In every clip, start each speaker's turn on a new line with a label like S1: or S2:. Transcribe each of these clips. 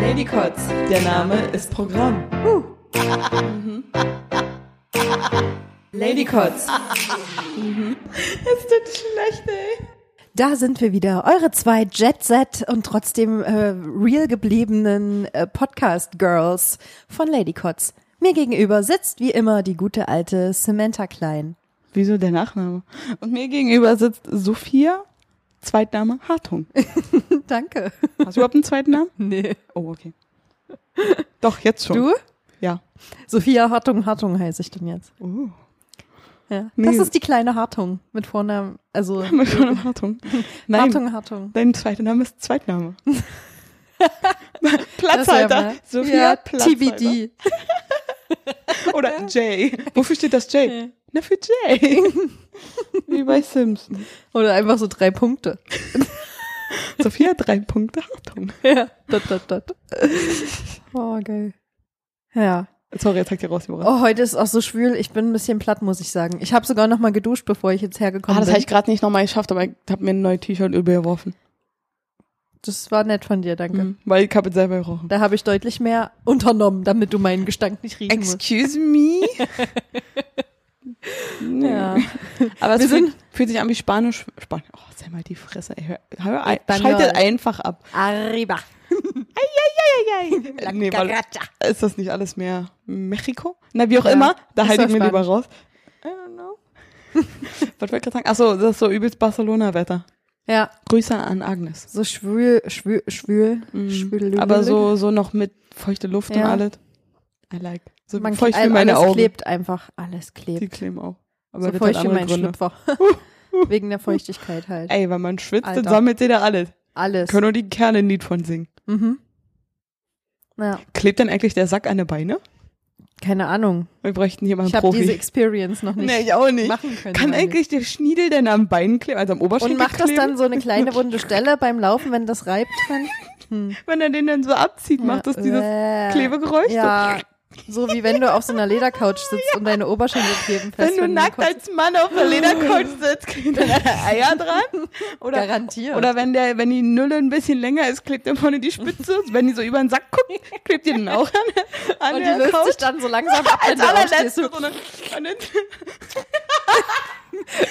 S1: Lady Kotz, der Name ist Programm. Mhm. Lady Kotz.
S2: Ist das schlecht, ey?
S3: Da sind wir wieder, eure zwei Jet Set und trotzdem äh, real gebliebenen äh, Podcast Girls von Lady Kotz. Mir gegenüber sitzt wie immer die gute alte Samantha Klein.
S2: Wieso der Nachname? Und mir gegenüber sitzt Sophia, Zweitname Hartung.
S3: Danke.
S2: Hast du überhaupt einen zweiten Namen?
S3: Nee.
S2: Oh, okay. Doch, jetzt schon.
S3: Du?
S2: Ja.
S3: Sophia Hartung Hartung heiße ich denn jetzt.
S2: Oh.
S3: Ja.
S2: Nee.
S3: Das ist die kleine Hartung mit Vornamen, also
S2: Mit so einer Hartung. Nein,
S3: Hartung Hartung.
S2: dein zweiter Name ist Zweitname.
S3: Das wär
S2: Platzhalter.
S3: mal-
S2: Sophia
S3: ja,
S2: Platzhalter.
S3: TBD.
S2: Oder Jay. Wofür steht das Jay? Na, für Jay. Wie bei Simpson.
S3: Oder einfach so drei Punkte.
S2: Sophia, drei Punkte Hartung.
S3: Ja. Dot, dot, dot. Oh, geil. Ja.
S2: Sorry, jetzt sagt ihr raus, Jura.
S3: Oh, heute ist auch so schwül. Ich bin ein bisschen platt, muss ich sagen. Ich habe sogar noch mal geduscht, bevor ich jetzt hergekommen
S2: Ah, das
S3: bin.
S2: habe ich gerade nicht nochmal geschafft, aber ich habe mir ein neues T-Shirt übergeworfen.
S3: das war nett von dir, danke.
S2: Mhm. Weil ich habe es selber gerochen.
S3: Da habe ich deutlich mehr unternommen, damit du meinen Gestank nicht riechen musst.
S2: Excuse me? nee.
S3: Ja.
S2: Aber
S3: Wir
S2: es fühlt, fühlt sich an wie Spanisch. Spanisch. Oh, sei mal die Fresse. Ey. Hör, hör, ein-
S3: Spanisch.
S2: schaltet einfach ab.
S3: Arriba.
S2: Nee, weil, ist das nicht alles mehr Mexiko? Na, wie auch
S3: Ja.
S2: immer. Da
S3: Ist
S2: halte
S3: doch
S2: ich mir lieber
S3: Spanisch.
S2: raus. I don't know. Was wollte ich gerade sagen? Achso, das ist so übelst Barcelona-Wetter.
S3: Ja,
S2: Grüße an Agnes.
S3: so schwül, schwül, schwül,
S2: Mhm.
S3: schwül.
S2: Aber so, so noch mit feuchte Luft und
S3: Ja.
S2: alles. I like. So
S3: Man,
S2: feucht wie
S3: all-
S2: meine
S3: alles
S2: Augen.
S3: klebt einfach, alles klebt.
S2: Die kleben auch. Aber
S3: so
S2: das
S3: feucht
S2: hat
S3: wie
S2: andere
S3: mein
S2: Gründe.
S3: Schlüpfer. Wegen der Feuchtigkeit halt.
S2: Ey, wenn man schwitzt,
S3: Alter.
S2: dann sammelt sich da alles.
S3: Alles.
S2: Können nur die Kerle ein Lied von singen.
S3: Mhm. Ja,
S2: Klebt denn eigentlich der Sack an der Beine?
S3: keine Ahnung.
S2: Wir bräuchten hier mal einen
S3: Ich habe
S2: Profi.
S3: diese Experience noch nicht
S2: nee, ich auch nicht.
S3: machen können.
S2: Kann
S3: meine ich.
S2: eigentlich der Schniedel denn am Bein kleben, also am Oberschenkel
S3: Und macht das
S2: kleben?
S3: dann so eine kleine wunde Stelle beim Laufen, wenn das reibt dran?
S2: Wenn er den dann so abzieht, macht das dieses
S3: Äh,
S2: Klebegeräusch?
S3: Ja, so wie wenn du auf so einer Ledercouch sitzt und deine Oberschenkel kleben
S2: Wenn
S3: fest.
S2: du nackt
S3: kommst.
S2: als Mann auf der Ledercouch sitzt, kleben deine Eier dran? Oder,
S3: Garantiert.
S2: oder wenn, der, wenn die Nülle ein bisschen länger ist, klebt er vorne die Spitze. Wenn die so über den Sack guckt, klebt die dann auch an, an
S3: und die
S2: der
S3: löst
S2: Couch.
S3: sich dann so langsam ab, wenn
S2: als
S3: du aufstehst.
S2: allerletzte. So eine, und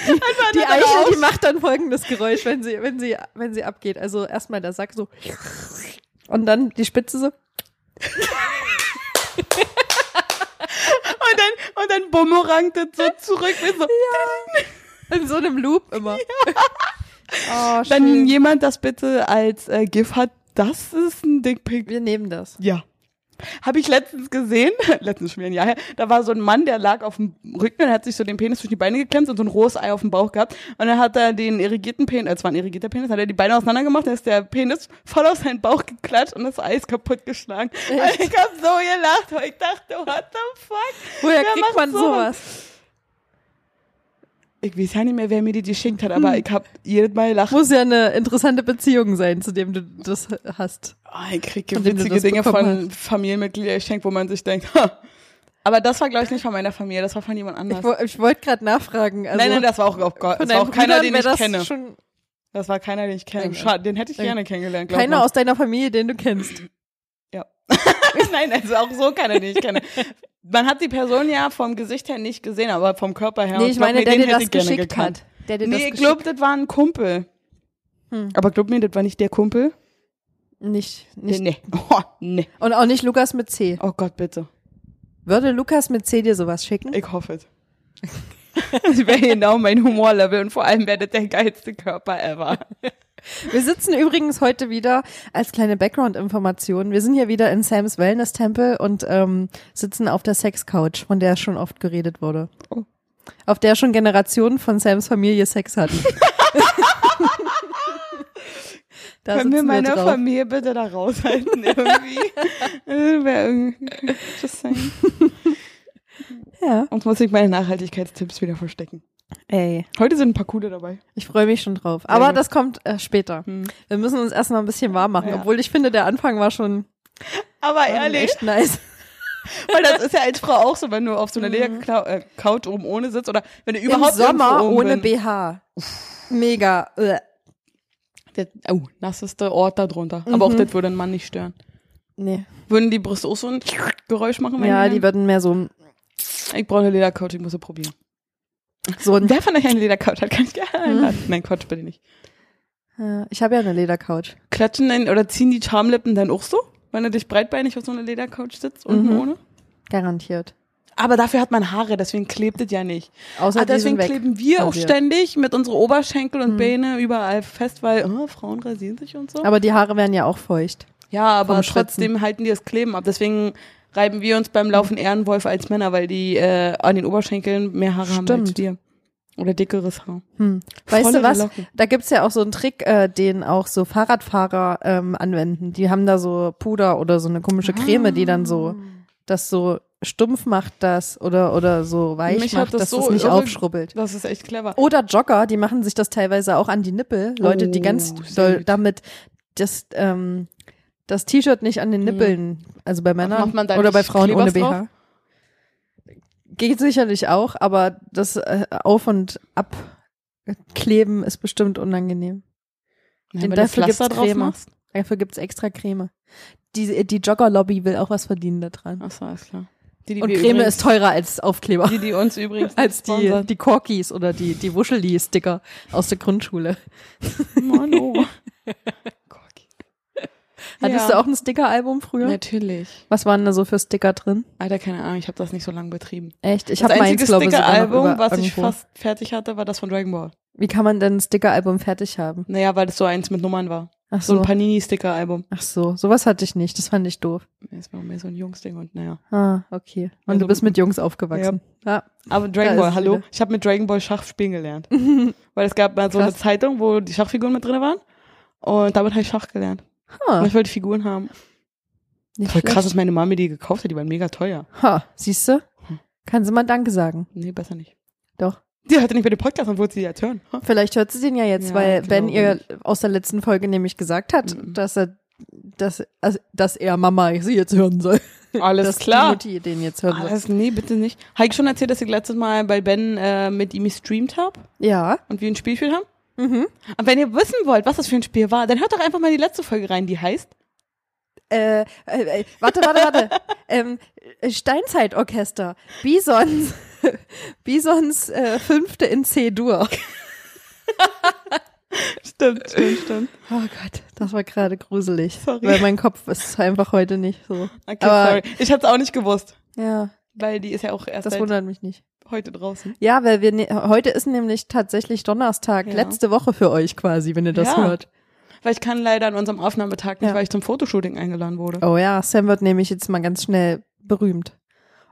S2: dann,
S3: Die
S2: dann
S3: Eichel,
S2: aus.
S3: die macht dann folgendes Geräusch, wenn sie, wenn sie, wenn sie abgeht. Also erstmal der Sack so. Und dann die Spitze so.
S2: Und dann, und dann bumerangt das so zurück. Wie so.
S3: In so einem Loop immer. Oh,
S2: Wenn
S3: schön.
S2: jemand das bitte als äh, GIF hat, das ist ein Dickpick.
S3: Wir nehmen das.
S2: Ja. Habe ich letztens gesehen, letztens schon wieder ein Jahr her, da war so ein Mann, der lag auf dem Rücken und hat sich so den Penis zwischen die Beine geklemmt und so ein rohes Ei auf dem Bauch gehabt. Und dann hat er den irrigierten Penis, äh, es war ein irrigierter Penis, hat er die Beine auseinander gemacht, dann ist der Penis voll auf seinen Bauch geklatscht und das Ei ist kaputt geschlagen. Und ich hab so gelacht, weil ich dachte, what the fuck?
S3: Woher
S2: Wer
S3: kriegt
S2: macht
S3: man sowas?
S2: Ich weiß ja nicht mehr, wer mir die geschickt hat,
S3: Hm.
S2: aber ich hab jedes Mal gelacht.
S3: Muss ja eine interessante Beziehung sein, zu dem du das hast.
S2: Ah, ich kriege
S3: Von dem du
S2: witzige
S3: das
S2: Dinge
S3: bekommen
S2: von Familienmitgliedern geschenkt, wo man sich denkt, ha. aber das war, glaube ich, nicht von meiner Familie, das war von jemand
S3: Ich,
S2: anders.
S3: wo- ich wollte gerade nachfragen. Also
S2: nein, nein, das war auch, auch,
S3: von
S2: das war
S3: deinen
S2: auch keiner,
S3: Brüdern
S2: den
S3: wär
S2: ich
S3: das
S2: kenne.
S3: Schon
S2: Das war keiner, den ich kenne.
S3: Nein,
S2: Schade, den hätte ich
S3: nein.
S2: gerne kennengelernt, glaube ich.
S3: keiner aus deiner Familie, den du kennst.
S2: Nein, also auch so keiner, den ich kenne. Man hat die Person ja vom Gesicht her nicht gesehen, aber vom Körper her.
S3: nee,
S2: Und
S3: ich
S2: glaub
S3: meine,
S2: mir,
S3: der dir
S2: den hätte
S3: das
S2: ich gerne
S3: geschickt
S2: gekannt.
S3: hat. Der dir
S2: Nee,
S3: das
S2: ich
S3: geschickt
S2: glaube, das war ein Kumpel.
S3: Hm.
S2: Aber glaub mir, das war nicht der Kumpel.
S3: Nicht, nicht.
S2: Nee. Oh, nee.
S3: Und auch nicht Lukas mit C.
S2: Oh Gott, bitte.
S3: Würde Lukas mit C dir sowas schicken?
S2: Ich hoffe es. Das wäre genau mein Humorlevel und vor allem wäre das der geilste Körper ever.
S3: Wir sitzen übrigens heute wieder als kleine Background-Information. Wir sind hier wieder in Sams Wellness-Tempel und ähm, sitzen auf der Sex-Couch, von der schon oft geredet wurde.
S2: Oh.
S3: Auf der schon Generationen von Sams Familie Sex hatten. da
S2: Können wir
S3: sitzen
S2: meine
S3: wir drauf.
S2: Familie bitte da raushalten irgendwie? Das wäre irgendwie. Just saying.
S3: ja.
S2: Sonst muss ich meine Nachhaltigkeitstipps wieder verstecken.
S3: Ey,
S2: Heute sind ein paar coole dabei.
S3: ich freue mich schon drauf. Aber
S2: gut. Hm.
S3: das kommt äh, später. Wir müssen uns erst noch ein bisschen warm machen,
S2: Ja.
S3: obwohl ich finde, der Anfang war schon
S2: Aber
S3: war schon
S2: ehrlich,
S3: echt nice.
S2: Weil das ist ja als Frau auch so, wenn du auf so einer leeren Kla- äh, Couch oben ohne sitzt oder wenn du überhaupt
S3: Mhm. Im Sommer
S2: irgendwo oben
S3: ohne
S2: bin.
S3: BH. Mega. Äh. Uah.
S2: Der oh, nasseste Ort da drunter. Aber
S3: Mhm.
S2: auch das würde einen Mann nicht stören.
S3: Nee.
S2: Würden die Brüste auch so ein Geräusch machen? Wenn
S3: Ja,
S2: die
S3: die würden mehr so ein,
S2: ich brauche eine Ledercouch, ich muss sie probieren.
S3: so ein
S2: Wer von euch eine Ledercouch hat, kann ich gerne
S3: Hm.
S2: einladen. Nein, Quatsch, bitte nicht.
S3: äh, ich habe ja eine Ledercouch.
S2: Klatschen denn, oder ziehen die Charmlippen dann auch so, wenn du dich breitbeinig auf so einer Ledercouch sitzt,
S3: Mhm.
S2: unten ohne?
S3: Garantiert.
S2: Aber dafür hat man Haare, deswegen klebt es ja nicht.
S3: Außer
S2: Ah,
S3: die sind
S2: deswegen
S3: weg.
S2: kleben wir auch
S3: Rasiert.
S2: ständig mit unseren Oberschenkel und Beine überall fest, weil oh, Frauen rasieren sich und so.
S3: Aber die Haare werden ja auch feucht.
S2: ja, aber
S3: vom Schwitzen.
S2: trotzdem halten die das Kleben ab. Deswegen reiben wir uns beim Laufen eher einen Wolf als Männer, weil die äh, an den Oberschenkeln mehr Haare haben als
S3: Stimmt. Hm.
S2: wir. Oder dickeres Haar.
S3: Weißt
S2: Volle
S3: du was?
S2: Locken.
S3: Da gibt's ja auch so einen Trick, äh, den auch so Fahrradfahrer ähm, anwenden. Die haben da so Puder oder so eine komische Creme, die dann so
S2: Ah.
S3: das so stumpf macht das oder oder so weich
S2: Mich hat
S3: macht,
S2: das
S3: dass
S2: so
S3: das nicht
S2: irre-
S3: aufschrubbelt.
S2: Das ist echt clever.
S3: Oder Jogger, die machen sich das teilweise auch an die Nippel. Leute, die
S2: Oh,
S3: ganz
S2: sehr
S3: doll
S2: gut.
S3: damit das ähm, das T-Shirt nicht an den Nippeln, also bei Männern
S2: macht man da
S3: oder bei
S2: nicht
S3: Frauen ohne
S2: Klebers
S3: BH.
S2: drauf?
S3: Geht sicherlich auch, aber das äh, Auf- und Abkleben ist bestimmt unangenehm.
S2: Ja,
S3: Den
S2: wenn du
S3: dafür gibt's
S2: Pflaster drauf
S3: Creme.
S2: machst.
S3: Dafür gibt's extra Creme. Die, die Jogger-Lobby will auch was verdienen daran.
S2: Achso, alles klar. Die, die
S3: Und
S2: wir
S3: Creme
S2: übrigens,
S3: ist teurer als Aufkleber.
S2: Die, die uns übrigens
S3: als die,
S2: sponsern.
S3: die Corkis oder die, die Wuscheli-Sticker aus der Grundschule.
S2: Mann, oh. Cocky.
S3: Hattest
S2: Ja.
S3: du auch ein Sticker-Album früher?
S2: Natürlich.
S3: Was waren da so für Sticker drin?
S2: Alter, keine Ahnung, ich habe das nicht so lange betrieben.
S3: Echt? Ich
S2: das
S3: habe meins,
S2: einzige
S3: glaube ich, sogar noch
S2: Sticker-Album,
S3: über-
S2: was ich
S3: irgendwo.
S2: fast fertig hatte, war das von Dragon Ball.
S3: Wie kann man denn ein Sticker-Album fertig haben?
S2: Naja, weil das so eins mit Nummern war.
S3: Ach
S2: So
S3: so.
S2: ein Panini-Sticker-Album.
S3: Ach so, sowas hatte ich nicht. Das fand ich doof.
S2: Das war mehr so ein Jungsding und naja.
S3: Ah, okay. Und
S2: Also-
S3: du bist mit Jungs aufgewachsen. Ja.
S2: Aber
S3: Da
S2: Dragon
S3: ist
S2: Ball,
S3: es
S2: hallo.
S3: wieder.
S2: Ich habe mit Dragon Ball Schach spielen gelernt. weil es gab mal so eine
S3: Krass.
S2: Zeitung, wo die Schachfiguren mit drin waren. Und damit habe ich Schach gelernt.
S3: Ha,
S2: Und ich wollte die Figuren haben.
S3: nicht
S2: Voll
S3: schlecht.
S2: krass, dass meine Mama mir die gekauft hat. Die waren mega teuer.
S3: Ha, siehst du? Kann sie mal Danke sagen.
S2: Nee, besser nicht.
S3: Doch.
S2: Die hörte nicht mehr den Podcast und wollte sie jetzt hören.
S3: Vielleicht hört sie den ja jetzt,
S2: Ja,
S3: weil Ben
S2: glaube
S3: ihr aus der letzten Folge nämlich gesagt hat,
S2: Mhm.
S3: dass er dass, also, dass er Mama sie jetzt hören soll.
S2: Alles
S3: dass
S2: klar.
S3: Die Mutti den jetzt hören soll.
S2: Alles, nee, bitte nicht. Habe ich schon erzählt, dass ich letztes Mal bei Ben äh, mit ihm gestreamt habe
S3: Ja.
S2: und wir ein Spiel gespielt haben? Mhm. Und wenn ihr wissen wollt, was das für ein Spiel war, dann hört doch einfach mal die letzte Folge rein, die heißt.
S3: Äh, äh, äh, warte, warte, warte. ähm, äh, Steinzeitorchester. Bisons. Bisons äh, fünfte in C-Dur.
S2: Genau. Stimmt, stimmt, stimmt.
S3: Oh Gott, das war gerade gruselig.
S2: Sorry.
S3: Weil mein Kopf ist einfach heute nicht so.
S2: Okay,
S3: Aber-
S2: sorry. Ich hatte es auch nicht gewusst,
S3: Ja,
S2: weil die ist ja auch erst
S3: das
S2: seit
S3: wundert mich nicht.
S2: heute draußen.
S3: Ja, weil wir ne heute ist nämlich tatsächlich Donnerstag,
S2: Ja.
S3: letzte Woche für euch quasi, wenn ihr das
S2: Ja.
S3: hört.
S2: Weil ich kann leider an unserem Aufnahmetag nicht,
S3: Ja.
S2: weil ich zum Fotoshooting eingeladen wurde.
S3: Oh ja, Sam wird nämlich jetzt mal ganz schnell berühmt.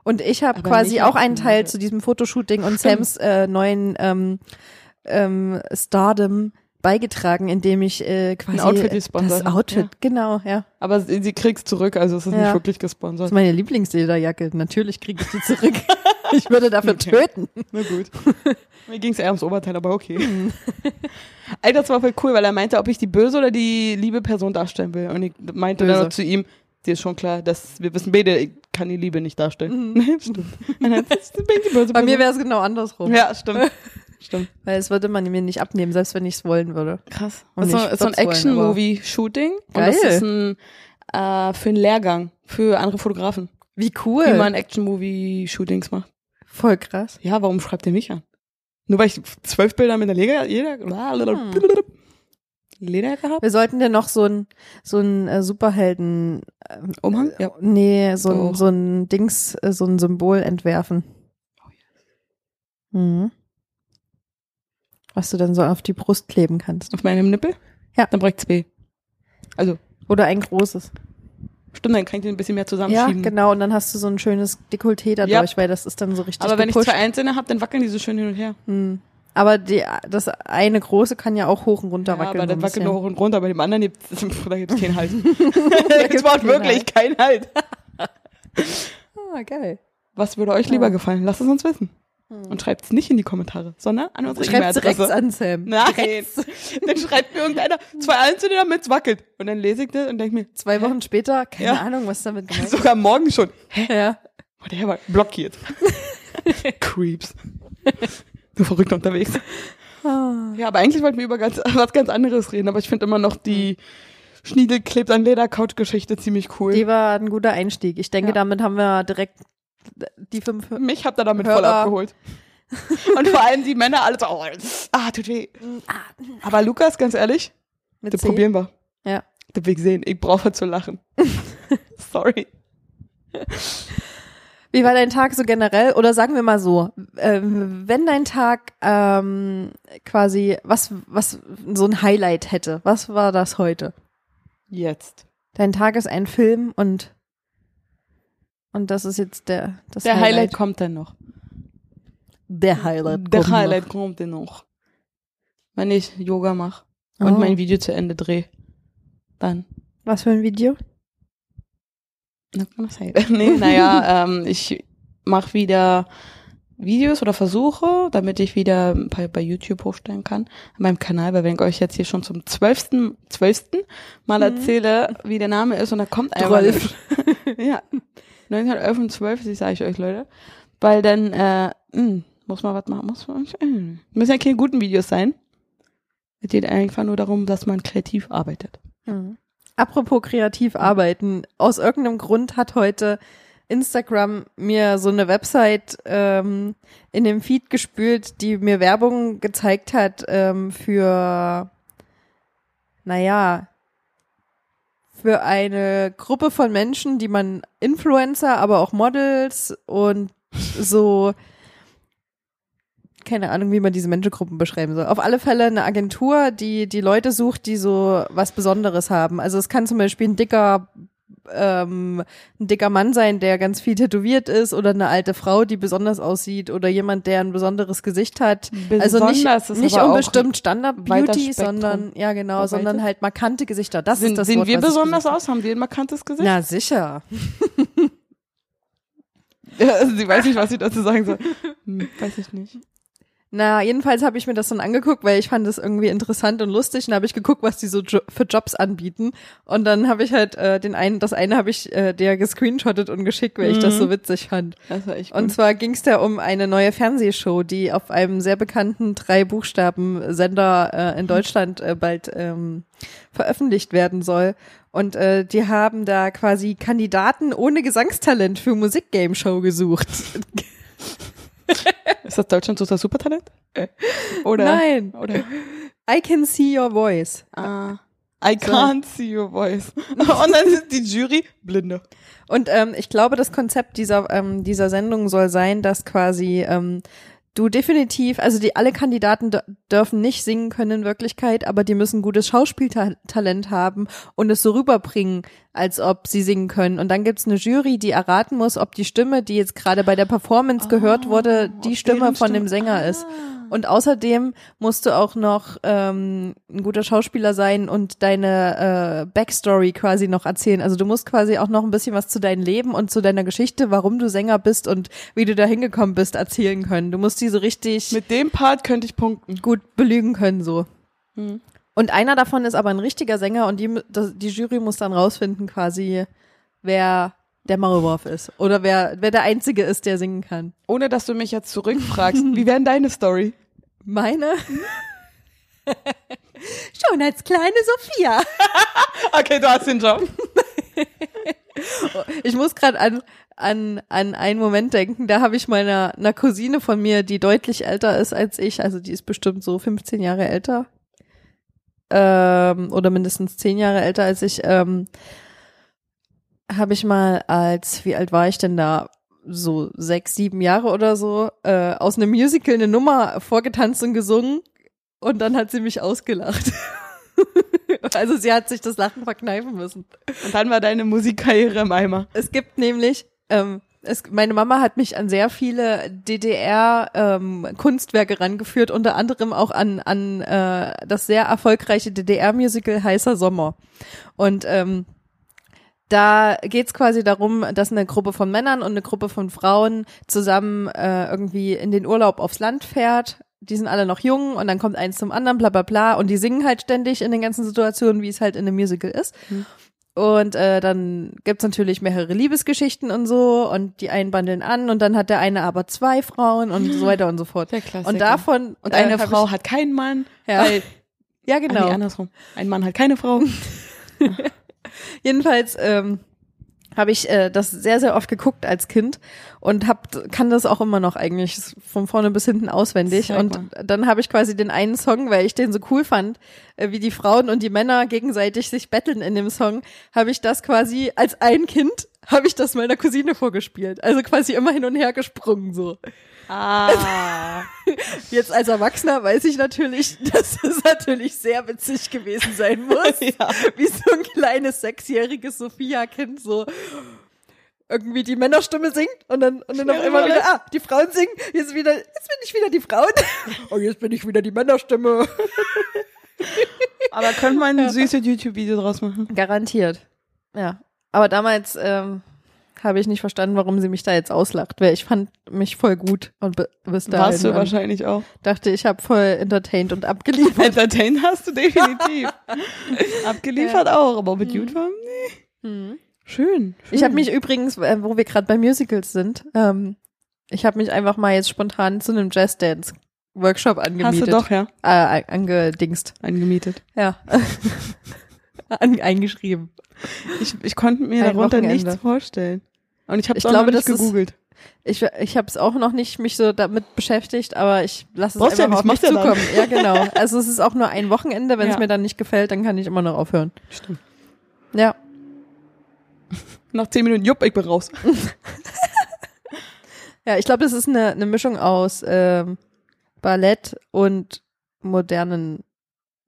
S3: Und ich habe
S2: Aber
S3: quasi
S2: nicht
S3: auch
S2: mit
S3: einen
S2: dem
S3: Teil
S2: Model.
S3: zu diesem Fotoshooting und
S2: Stimmt.
S3: Sams äh, neuen ähm, ähm, Stardom beigetragen, indem ich äh, quasi
S2: Outfit gesponsert
S3: das
S2: habe,
S3: Outfit,
S2: ja.
S3: genau, ja.
S2: Aber sie, sie kriegt's zurück, also es ist
S3: Ja.
S2: nicht wirklich
S3: Das
S2: gesponsert.
S3: ist meine Lieblingslederjacke. Natürlich kriege ich die zurück. ich würde dafür töten.
S2: Na gut. Mir ging's eher ums Oberteil, aber okay. Alter, das war voll cool, weil er meinte, ob ich die böse oder die liebe Person darstellen will. Und ich meinte
S3: Böse.
S2: dann noch zu ihm, dir ist schon klar, dass wir wissen beide, ich kann die Liebe nicht darstellen. stimmt. Und dann, das bin ich die böse
S3: Bei mir
S2: Person.
S3: wäre es genau andersrum.
S2: Ja, stimmt. stimmt.
S3: Weil es würde man mir nicht abnehmen, selbst wenn ich es wollen würde.
S2: Krass.
S3: Und
S2: Das ist so,
S3: nicht
S2: ist so ein
S3: kurz wollen, aber-
S2: Action-Movie-Shooting. Und das
S3: Geil.
S2: ist ein, äh, für einen Lehrgang, für andere Fotografen,
S3: Wie cool.
S2: wie man Action-Movie-Shootings macht.
S3: Voll krass.
S2: Ja, warum schreibt ihr mich an? Nur weil ich zwölf Bilder mit der Leder, Leder,
S3: Ah.
S2: Lederjacke habe?
S3: Wir sollten dir noch so ein, so ein äh, Superhelden,
S2: Umhang?
S3: äh,
S2: Ja.
S3: nee, so ein,
S2: Doch.
S3: so ein Dings, äh, so ein Symbol entwerfen.
S2: Oh
S3: Mhm. Was du dann so auf die Brust kleben kannst.
S2: Auf meinem Nippel?
S3: Ja.
S2: Dann bräucht's weh. Also,
S3: Oder ein großes.
S2: stimmt, dann kann ich den ein bisschen mehr
S3: Ja,
S2: zusammenschieben.
S3: genau. Und dann hast du so ein schönes Dekolleté dadurch,
S2: Ja.
S3: weil das ist dann so richtig
S2: Aber wenn ich
S3: gepusht.
S2: zwei einzelne habe, dann wackeln die so schön hin und her.
S3: Hm. Aber die, das eine große kann ja auch hoch und runter
S2: Ja,
S3: wackeln. so
S2: aber das
S3: ein
S2: wackelt
S3: bisschen.
S2: nur hoch und runter. Bei dem anderen gibt's, da gibt's keinen Halt.
S3: Da
S2: da
S3: gibt's
S2: gibt's überhaupt
S3: keinen
S2: wirklich
S3: Halt.
S2: keinen Halt.
S3: Ah, geil.
S2: Was würde euch lieber gefallen? Lasst es uns wissen. Und schreibt es nicht in die Kommentare, sondern an unsere
S3: Schreib's Hm. direkt
S2: E-Mail-Adresse.
S3: an Sam.
S2: Ne. Nein.
S3: Direkt.
S2: dann schreibt mir irgendeiner zwei Einzelne, damit es wackelt. Und dann lese ich das und denke mir,
S3: Zwei Wochen später, keine
S2: Ja.
S3: Ahnung, was damit gemeint ist.
S2: sogar morgen schon. Hä?
S3: Ja.
S2: Whatever. Blockiert. Creeps. So verrückt unterwegs. Ja, aber eigentlich wollten wir über ganz, was ganz anderes reden, aber ich finde immer noch die Schniedel klebt an Leder-Couch-Geschichte ziemlich cool.
S3: Die war ein guter Einstieg. Ich denke,
S2: Ja.
S3: damit haben wir direkt die fünf.
S2: Mich habt ihr damit voll
S3: Hörer.
S2: abgeholt. Und vor allem die Männer alle so, oh, ah, tut weh. Aber Lukas, ganz ehrlich,
S3: Mit
S2: das
S3: zehn.
S2: probieren wir.
S3: Ja.
S2: Das will ich sehen. Ich brauche zu lachen. Sorry.
S3: Wie war dein Tag so generell? Oder sagen wir mal so, ähm, wenn dein Tag ähm, quasi was, was so ein Highlight hätte, was war das heute?
S2: Jetzt.
S3: Dein Tag ist ein Film und und das ist jetzt der das
S2: Der Highlight,
S3: Highlight.
S2: kommt dann noch.
S3: Der Highlight.
S2: Der
S3: kommt
S2: Highlight kommt dann noch. Wenn ich Yoga mache
S3: noch.
S2: und
S3: Oh.
S2: mein Video zu Ende drehe, dann
S3: Was für ein Video?
S2: Na, kann das sein. nee, naja, ähm, ich mache wieder Videos oder versuche, damit ich wieder ein paar bei YouTube hochstellen kann, an meinem Kanal, weil wenn ich euch jetzt hier schon zum zwölften, zwölften Mal
S3: Mhm.
S2: erzähle, wie der Name ist und da kommt einfach
S3: Drolf.
S2: nicht. ja, 1911 und 12, das sage ich euch, Leute. Weil dann, äh, mh, muss man was machen, muss man, mh. müssen ja keine guten Videos sein. Es geht einfach nur darum, dass man kreativ arbeitet.
S3: Mhm. Apropos kreativ arbeiten. Aus irgendeinem Grund hat heute Instagram mir so eine Website ähm, in dem Feed gespült, die mir Werbung gezeigt hat ähm, für, naja, für eine Gruppe von Menschen, die man Influencer, aber auch Models und so, keine Ahnung, wie man diese Menschengruppen beschreiben soll. Auf alle Fälle eine Agentur, die die Leute sucht, die so was Besonderes haben. Also es kann zum Beispiel ein dicker ähm, ein dicker Mann sein, der ganz viel tätowiert ist oder eine alte Frau, die besonders aussieht oder jemand, der ein besonderes Gesicht hat. also nicht,
S2: Besonders ist
S3: nicht
S2: aber auch
S3: unbestimmt Standard
S2: weites
S3: Beauty,
S2: Spektrum.
S3: sondern ja genau,
S2: Weites?
S3: sondern halt markante Gesichter. Das
S2: Sehen,
S3: ist das
S2: sehen
S3: Wort,
S2: wir
S3: was ich
S2: besonders
S3: gesucht
S2: aus? Haben wir ein markantes Gesicht?
S3: habe. Na sicher.
S2: Also sie weiß nicht, was sie dazu sagen soll. Hm, weiß ich nicht.
S3: Na, jedenfalls habe ich mir das dann angeguckt, weil ich fand das irgendwie interessant und lustig und habe ich geguckt, was die so jo für Jobs anbieten und dann habe ich halt äh, den einen das eine habe ich äh, der gescreenshottet und geschickt, weil ich das so witzig fand.
S2: Das war echt
S3: Und zwar ging es da um eine neue Fernsehshow, die auf einem sehr bekannten Drei-Buchstaben-Sender äh, in Deutschland äh, bald ähm, veröffentlicht werden soll. Und äh, die haben da quasi Kandidaten ohne Gesangstalent für Musik-Game-Show gesucht.
S2: Ist das Deutschland so das Supertalent? Oder?
S3: Nein,
S2: Oder?
S3: I can see your voice.
S2: Ah. I can't see your voice. Und dann ist die Jury blinde.
S3: Und ähm, ich glaube, das Konzept dieser, ähm, dieser Sendung soll sein, dass quasi ähm, du definitiv, also die alle Kandidaten dür- dürfen nicht singen können in Wirklichkeit, aber die müssen gutes Schauspieltalent haben und es so rüberbringen, als ob sie singen können. Und dann gibt's eine Jury, die erraten muss, ob die Stimme, die jetzt gerade bei der Performance gehört wurde, die
S2: Ah, ob
S3: Stimme
S2: deren
S3: von
S2: Stimme-
S3: dem Sänger ist. Und außerdem musst du auch noch ähm, ein guter Schauspieler sein und deine äh, Backstory quasi noch erzählen. Also du musst quasi auch noch ein bisschen was zu deinem Leben und zu deiner Geschichte, warum du Sänger bist und wie du da hingekommen bist, erzählen können. Du musst die so richtig
S2: Mit dem Part könnte ich punkten.
S3: gut belügen können so.
S2: Mhm.
S3: Und einer davon ist aber ein richtiger Sänger und die, mü- das- die Jury muss dann rausfinden quasi, wer der Maulwurf ist oder wer, wer der Einzige ist, der singen kann.
S2: Ohne dass du mich jetzt zurückfragst, wie wäre denn deine Story?
S3: Meine? Schon als kleine Sophia.
S2: Okay, du hast den Job.
S3: Ich muss gerade an, an, an einen Moment denken, da habe ich meiner einer Cousine von mir, die deutlich älter ist als ich, also die ist bestimmt so 15 Jahre älter ähm, oder mindestens 10 Jahre älter als ich, ähm, habe ich mal als, wie alt war ich denn da? So sechs, sieben Jahre oder so, äh, aus einem Musical eine Nummer vorgetanzt und gesungen und dann hat sie mich ausgelacht. also sie hat sich das Lachen verkneifen müssen.
S2: Und dann war deine Musikkarriere im Eimer.
S3: Es gibt nämlich, ähm, es, meine Mama hat mich an sehr viele DDR-Kunstwerke ähm, rangeführt, unter anderem auch an, an äh, das sehr erfolgreiche DDR-Musical Heißer Sommer. Und ähm, Da geht's quasi darum, dass eine Gruppe von Männern und eine Gruppe von Frauen zusammen äh, irgendwie in den Urlaub aufs Land fährt. Die sind alle noch jung und dann kommt eins zum anderen, bla bla bla. Und die singen halt ständig in den ganzen Situationen, wie es halt in einem Musical ist.
S2: Hm.
S3: Und äh, dann gibt's natürlich mehrere Liebesgeschichten und so und die einen bandeln an und dann hat der eine aber zwei Frauen und so weiter und so fort.
S2: Der Klassiker. Äh,
S3: Und davon äh,
S2: Und eine
S3: hab
S2: Frau hat keinen Mann,
S3: Ja.
S2: weil
S3: Ich, ja
S2: Ah, nee,
S3: genau.
S2: andersrum. Ein Mann hat keine Frau.
S3: Jedenfalls ähm, habe ich äh, das sehr, sehr oft geguckt als Kind und hab, kann das auch immer noch eigentlich s- von vorne bis hinten auswendig.
S2: Zeig
S3: und dann habe ich quasi den einen Song, weil ich den so cool fand, äh, wie die Frauen und die Männer gegenseitig sich betteln in dem Song, habe ich das quasi als ein Kind, habe ich das meiner Cousine vorgespielt. Also quasi immer hin und her gesprungen so.
S2: Ah.
S3: Jetzt als Erwachsener weiß ich natürlich, dass es natürlich sehr witzig gewesen sein muss. Wie so ein kleines sechsjähriges Sophia-Kind so irgendwie die Männerstimme singt und dann, und dann auch
S2: Schnell
S3: immer
S2: rüber.
S3: wieder, ah, die Frauen singen, jetzt wieder, jetzt bin ich wieder die Frauen. Oh, jetzt bin ich wieder die Männerstimme.
S2: Aber könnte man ein süßes YouTube-Video draus machen?
S3: Garantiert. Ja. Aber damals ähm, habe ich nicht verstanden, warum sie mich da jetzt auslacht, weil ich fand mich voll gut und bi- bis dahin
S2: Warst du
S3: und
S2: wahrscheinlich auch.
S3: dachte, ich habe voll entertained und abgeliefert.
S2: Entertained hast du definitiv. Abgeliefert auch, aber mit YouTube? Nee.
S3: Hm.
S2: Schön. schön.
S3: Mhm. Ich habe mich übrigens, äh, wo wir gerade bei Musicals sind, ähm, ich habe mich einfach mal jetzt spontan zu einem Jazzdance-Workshop
S2: Hast du
S3: angemietet.
S2: doch, ja,
S3: Äh, a- angedingst.
S2: angemietet.
S3: Ja. An, eingeschrieben.
S2: Ich, ich konnte mir
S3: Ein
S2: darunter
S3: Wochenende.
S2: nichts vorstellen. Und ich habe
S3: Ich
S2: es auch
S3: glaube,
S2: noch nicht
S3: das ist-
S2: gegoogelt.
S3: Ich, ich habe es auch noch nicht mich so damit beschäftigt, aber ich lasse es
S2: Brauchst ja
S3: einfach auf mich
S2: nicht, macht ja
S3: zukommen. Ja, genau. Also es ist auch nur ein Wochenende. Wenn es
S2: Ja.
S3: mir dann nicht gefällt, dann kann ich immer noch aufhören.
S2: Stimmt.
S3: Ja.
S2: Nach zehn Minuten, jupp, ich bin raus.
S3: Ja, ich glaube, das ist eine, eine Mischung aus ähm, Ballett und modernen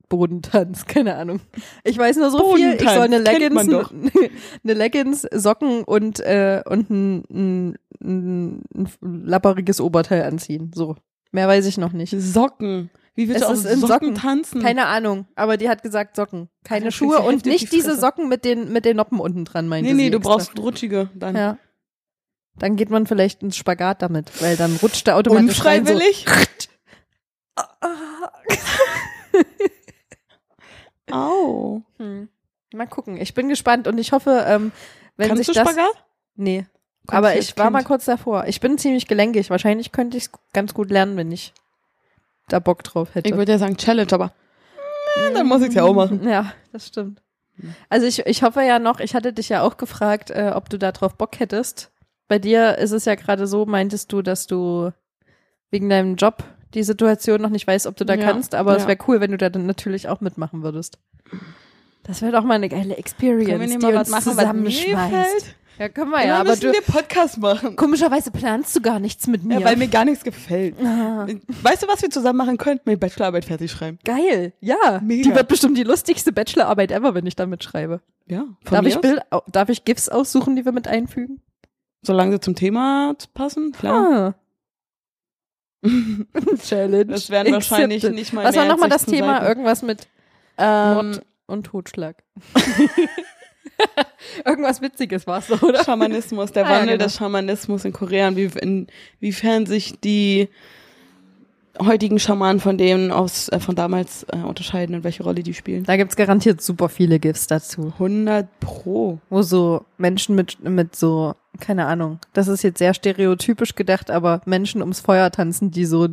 S3: Bodentanz, keine Ahnung. Ich weiß nur so viel, ich
S2: Bodentanz,
S3: soll eine
S2: kennt
S3: Leggings,
S2: man doch.
S3: eine Leggings, Socken und äh, und ein, ein, ein, ein lapperiges Oberteil anziehen, so. Mehr weiß ich noch nicht.
S2: Socken. Wie willst
S3: Es
S2: du auf
S3: ist in
S2: Socken,
S3: Socken.
S2: tanzen?
S3: Keine Ahnung, aber die hat gesagt Socken, keine
S2: Alter,
S3: Schuhe
S2: kriegst du
S3: und
S2: heftig
S3: nicht
S2: Hm. die
S3: diese
S2: Fresse.
S3: Socken mit den mit den Noppen unten dran, meinte
S2: nee, nee,
S3: sie
S2: du
S3: extra.
S2: brauchst rutschige dann.
S3: ja. Dann geht man vielleicht ins Spagat damit, weil dann rutscht der automatisch rein, so.
S2: Unfreiwillig? Au.
S3: Hm. Mal gucken. Ich bin gespannt und ich hoffe, ähm, wenn
S2: Kannst
S3: sich
S2: du
S3: das.
S2: Spagat?
S3: Nee.
S2: Kommst
S3: aber
S2: du
S3: ich
S2: als
S3: war
S2: Kind?
S3: mal kurz davor. Ich bin ziemlich gelenkig. Wahrscheinlich könnte ich es ganz gut lernen, wenn ich da Bock drauf hätte.
S2: Ich würde ja sagen Challenge, aber
S3: Mm,
S2: äh, dann muss ich ja auch machen.
S3: ja, das stimmt.
S2: Hm.
S3: Also ich, ich hoffe ja noch, ich hatte dich ja auch gefragt, äh, ob du da drauf Bock hättest. Bei dir ist es ja gerade so, meintest du, dass du wegen deinem Job die Situation noch nicht weißt, ob du da
S2: Ja,
S3: kannst, aber es
S2: ja.
S3: wäre cool, wenn du da dann natürlich auch mitmachen würdest. Das wäre doch mal eine geile Experience,
S2: Können wir nicht
S3: die
S2: mal
S3: uns
S2: was machen, was mir
S3: zusammenschmeißt.
S2: gefällt?
S3: Ja, können wir
S2: Ja,
S3: ja,
S2: dann
S3: aber
S2: müssen
S3: du,
S2: wir Podcast machen.
S3: komischerweise planst du gar nichts mit mir.
S2: Ja, weil mir gar nichts gefällt.
S3: Ah,
S2: Weißt du, was wir zusammen machen können? Mir Bachelorarbeit fertig schreiben.
S3: geil, ja.
S2: Mega.
S3: Die wird bestimmt die lustigste Bachelorarbeit ever, wenn ich damit schreibe.
S2: Ja, von
S3: Darf
S2: mir
S3: ich,
S2: aus.
S3: Bild, au- darf ich GIFs aussuchen, die wir mit einfügen?
S2: Solange sie zum Thema passen, klar.
S3: Ah. Challenge.
S2: Das werden wahrscheinlich nicht mal
S3: Was war
S2: mehr als
S3: nochmal das
S2: 16
S3: Thema?
S2: Seiten.
S3: Irgendwas mit
S2: Ähm,
S3: Mord und Totschlag. Irgendwas Witziges war es doch, oder?
S2: Schamanismus, der
S3: Ah, ja,
S2: Wandel
S3: genau.
S2: des Schamanismus in Korea und wie, inwiefern sich die heutigen Schamanen von denen aus äh, von damals äh, unterscheiden und welche Rolle die spielen.
S3: Da gibt's garantiert super viele GIFs dazu.
S2: 100 pro.
S3: wo so Menschen mit, mit so, keine Ahnung, das ist jetzt sehr stereotypisch gedacht, aber Menschen ums Feuer tanzen, die so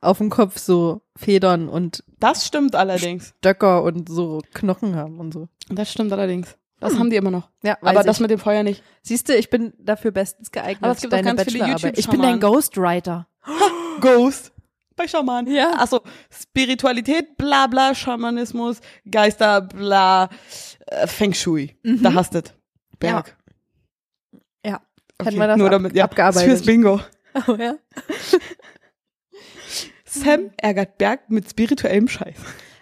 S3: auf dem Kopf so Federn und
S2: Das stimmt allerdings.
S3: Stöcker und so Knochen haben und so.
S2: Das stimmt allerdings. Das haben die immer noch.
S3: Ja,
S2: Aber das
S3: Hm. ich.
S2: mit dem Feuer nicht.
S3: siehst du, ich bin dafür bestens geeignet.
S2: Aber es gibt auch
S3: deine
S2: ganz viele
S3: Bachelorarbeit. Ich bin
S2: YouTube-Schamanen.
S3: dein Ghostwriter.
S2: Ghost. Bei Schamanen.
S3: Ja.
S2: Achso, Spiritualität, bla bla, Schamanismus, Geister, bla, äh, Feng Shui. Da hast du Berg.
S3: Mhm. Ja.
S2: Okay.
S3: Hätten wir das
S2: Nur
S3: ab-
S2: damit, ja. Fürs
S3: abgearbeitet.
S2: Bingo.
S3: Oh, ja.
S2: Sam ärgert Berg mit spirituellem Scheiß.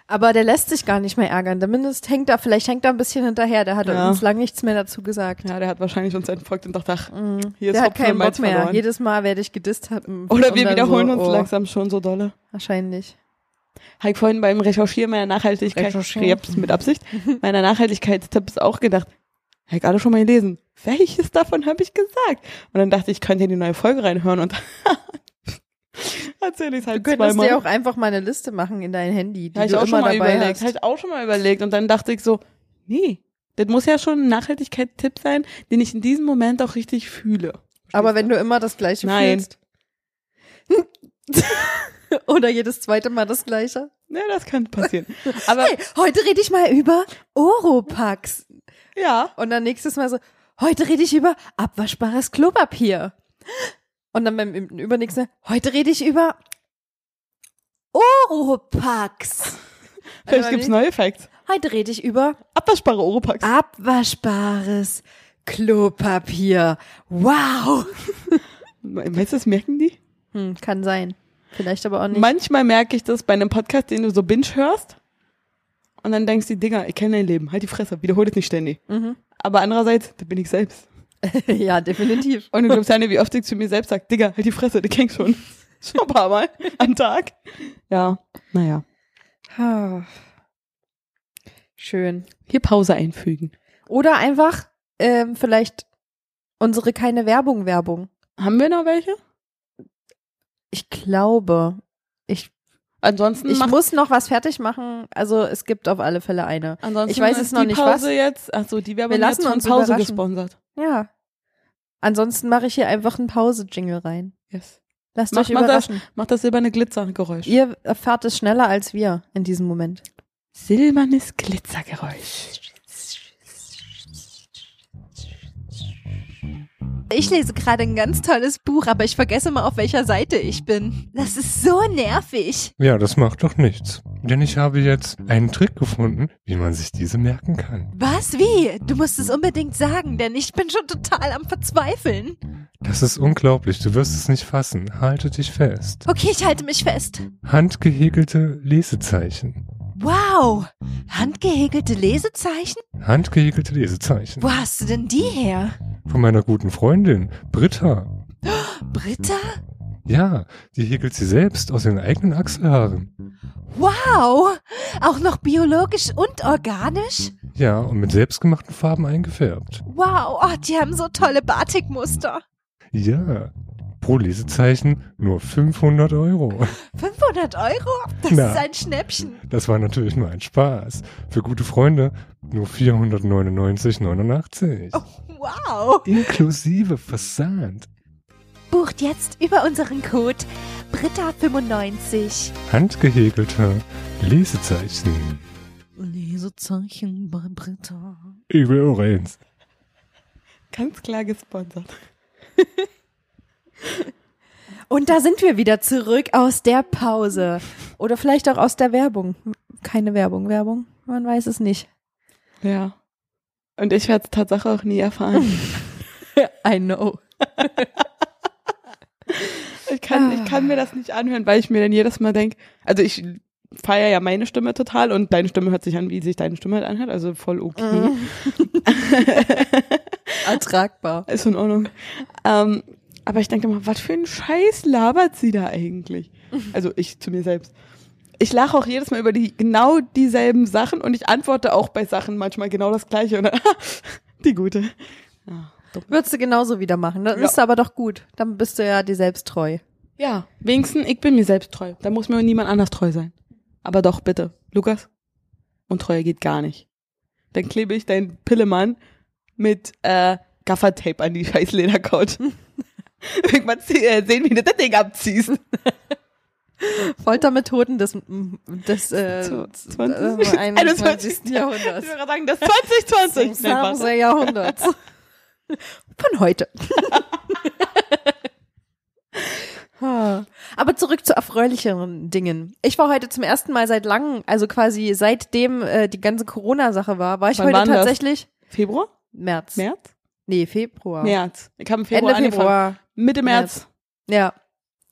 S3: Aber der lässt sich gar nicht mehr ärgern. Zumindest hängt er, vielleicht hängt er ein bisschen hinterher. Der hat
S2: Ja.
S3: uns lange nichts mehr dazu gesagt.
S2: Ja, der hat wahrscheinlich uns entfolgt und dachte, ach,
S3: Mhm.
S2: Hier ist
S3: der hat
S2: Hopfen und
S3: keinen Bock
S2: Malz
S3: mehr.
S2: verloren.
S3: Jedes Mal werde ich gedisst. hat-
S2: oder
S3: und
S2: wir
S3: dann
S2: wiederholen
S3: so,
S2: uns
S3: oh,
S2: langsam schon so dolle.
S3: Wahrscheinlich.
S2: Habe ich vorhin beim Recherchieren meiner Nachhaltigkeit,
S3: Recherchieren.
S2: Krebs mit Absicht, meiner Nachhaltigkeitstipps auch gedacht, Hab ich alle schon mal gelesen. Welches davon habe ich gesagt? Und dann dachte ich, ich könnte in die neue Folge reinhören und erzähle ich es halt
S3: Du könntest
S2: zweimal.
S3: dir auch einfach mal eine Liste machen in dein Handy, die
S2: Habe ich
S3: du
S2: auch
S3: immer
S2: schon mal
S3: dabei
S2: überlegt.
S3: hast.
S2: Habe ich auch schon mal überlegt. Und dann dachte ich so, nee, das muss ja schon ein Nachhaltigkeitstipp sein, den ich in diesem Moment auch richtig fühle.
S3: Aber wenn du immer das Gleiche
S2: Nein.
S3: fühlst. Oder jedes zweite Mal das Gleiche.
S2: Ja, das kann passieren. Aber
S3: Hey, heute rede ich mal über Oropax.
S2: ja,
S3: Und dann nächstes Mal so, heute rede ich über abwaschbares Klopapier. Und dann beim übernächsten, Mal, heute rede ich über Oropax.
S2: vielleicht gibt's neue Facts.
S3: Heute rede ich über
S2: Abwaschbare Oropax.
S3: Ah. abwaschbares Klopapier. Wow.
S2: Meinst du, das merken die?
S3: Hm, kann sein. Vielleicht aber auch nicht.
S2: Manchmal merke ich das bei einem Podcast, den du so binge hörst. Und dann denkst du, Digga, ich kenne dein Leben. Halt die Fresse, wiederhole es nicht ständig. Aber andererseits, da bin ich selbst.
S3: ja, definitiv.
S2: Und du glaubst ja nicht, wie oft ich zu mir selbst sage, Digga, halt die Fresse, die kennst schon. Schon ein paar Mal am Tag. Ja, naja.
S3: Ah. Schön.
S2: Hier Pause einfügen.
S3: Oder einfach ähm, vielleicht unsere keine Werbung Werbung.
S2: Haben wir noch welche?
S3: Ich glaube, ich
S2: Ansonsten
S3: ich
S2: mach-
S3: muss noch was fertig machen. Also es gibt auf alle Fälle eine.
S2: ansonsten
S3: ich weiß es
S2: ist
S3: noch
S2: die
S3: nicht,
S2: Pause
S3: was.
S2: jetzt. Achso, die Werbung
S3: Wir
S2: jetzt
S3: lassen
S2: von
S3: uns
S2: Pause
S3: überraschen.
S2: gesponsert.
S3: Ja. Ansonsten mache ich hier einfach einen Pause Jingle rein.
S2: Yes.
S3: Lasst
S2: Macht
S3: euch
S2: man das?
S3: überraschen.
S2: Macht das silberne Glitzergeräusch.
S3: Ihr erfahrt es schneller als wir in diesem Moment.
S2: Silbernes Glitzergeräusch.
S4: Ich lese gerade ein ganz tolles Buch, aber ich vergesse mal, auf welcher Seite ich bin. Das ist so nervig.
S5: Ja, das macht doch nichts. Denn ich habe jetzt einen Trick gefunden, wie man sich diese merken kann.
S4: Was? Wie? Du musst es unbedingt sagen, denn ich bin schon total am Verzweifeln.
S5: Das ist unglaublich, du wirst es nicht fassen. Halte dich fest.
S4: Okay, ich halte mich fest.
S5: Handgehäkelte Lesezeichen.
S4: Wow. Handgehäkelte Lesezeichen?
S5: Handgehäkelte Lesezeichen.
S4: Wo hast du denn die her?
S5: Von meiner guten Freundin, Britta.
S4: Britta?
S5: Ja, die häkelt sie selbst aus ihren eigenen Achselhaaren.
S4: Wow. Auch noch biologisch und organisch?
S5: Ja, und mit selbstgemachten Farben eingefärbt.
S4: Wow. Oh, die haben so tolle Batikmuster.
S5: Ja, pro Lesezeichen nur 500 Euro.
S4: 500 Euro? Das
S5: Na.
S4: ist ein Schnäppchen.
S5: Das war natürlich nur ein Spaß. Für gute Freunde nur 499,89.
S4: Oh. Wow.
S5: Inklusive Versand.
S4: Bucht jetzt über unseren Code Britta95.
S5: Handgehäkelte Lesezeichen.
S4: Lesezeichen bei Britta.
S5: Ich will auch eins.
S2: Ganz klar gesponsert.
S3: Und da sind wir wieder zurück aus der Pause. Oder vielleicht auch aus der Werbung. Keine Werbung, Werbung. Man weiß es nicht.
S2: Ja. Und ich werde es Tatsache auch nie erfahren.
S3: I know.
S2: Ich kann, ich kann mir das nicht anhören, weil ich mir dann jedes Mal denke, also ich feiere ja meine Stimme total und deine Stimme hört sich an, wie sich deine Stimme halt anhört, also voll okay.
S3: Ertragbar.
S2: Ist in Ordnung. Ähm, aber ich denke mal, was für ein Scheiß labert sie da eigentlich? Also ich zu mir selbst. Ich lache auch jedes Mal über die genau dieselben Sachen und ich antworte auch bei Sachen manchmal genau das gleiche. Und dann, die gute. Ah,
S3: Würdest du genauso wieder machen. Dann
S2: Ja.
S3: ist aber doch gut. Dann bist du ja dir selbst treu.
S2: Ja, wenigstens ich bin mir selbst treu. Da muss mir niemand anders treu sein. Aber doch, bitte, Lukas, Untreue geht gar nicht. Dann klebe ich deinen Pillemann mit äh, Gaffertape an die scheiß Ledercouch. Irgendwann zeh- äh, sehen, wie du das Ding abziehst.
S3: Foltermethoden des, des äh,
S2: Zu-
S3: 21.
S2: 20.
S3: 21.
S2: Ich
S3: Jahrhunderts.
S2: würde sagen, das 2020. Nein, warte.
S3: 20. Jahrhunderts. Von heute. Ha. Aber zurück zu erfreulicheren Dingen. Ich war heute zum ersten Mal seit langem, also quasi seitdem äh, die ganze Corona-Sache war, war ich
S2: Wann war
S3: heute
S2: denn das?
S3: tatsächlich
S2: Februar?
S3: März.
S2: März?
S3: Nee, Februar.
S2: März. Ich habe im Februar
S3: Ende
S2: angefangen.
S3: Februar.
S2: Mitte März.
S3: Ja.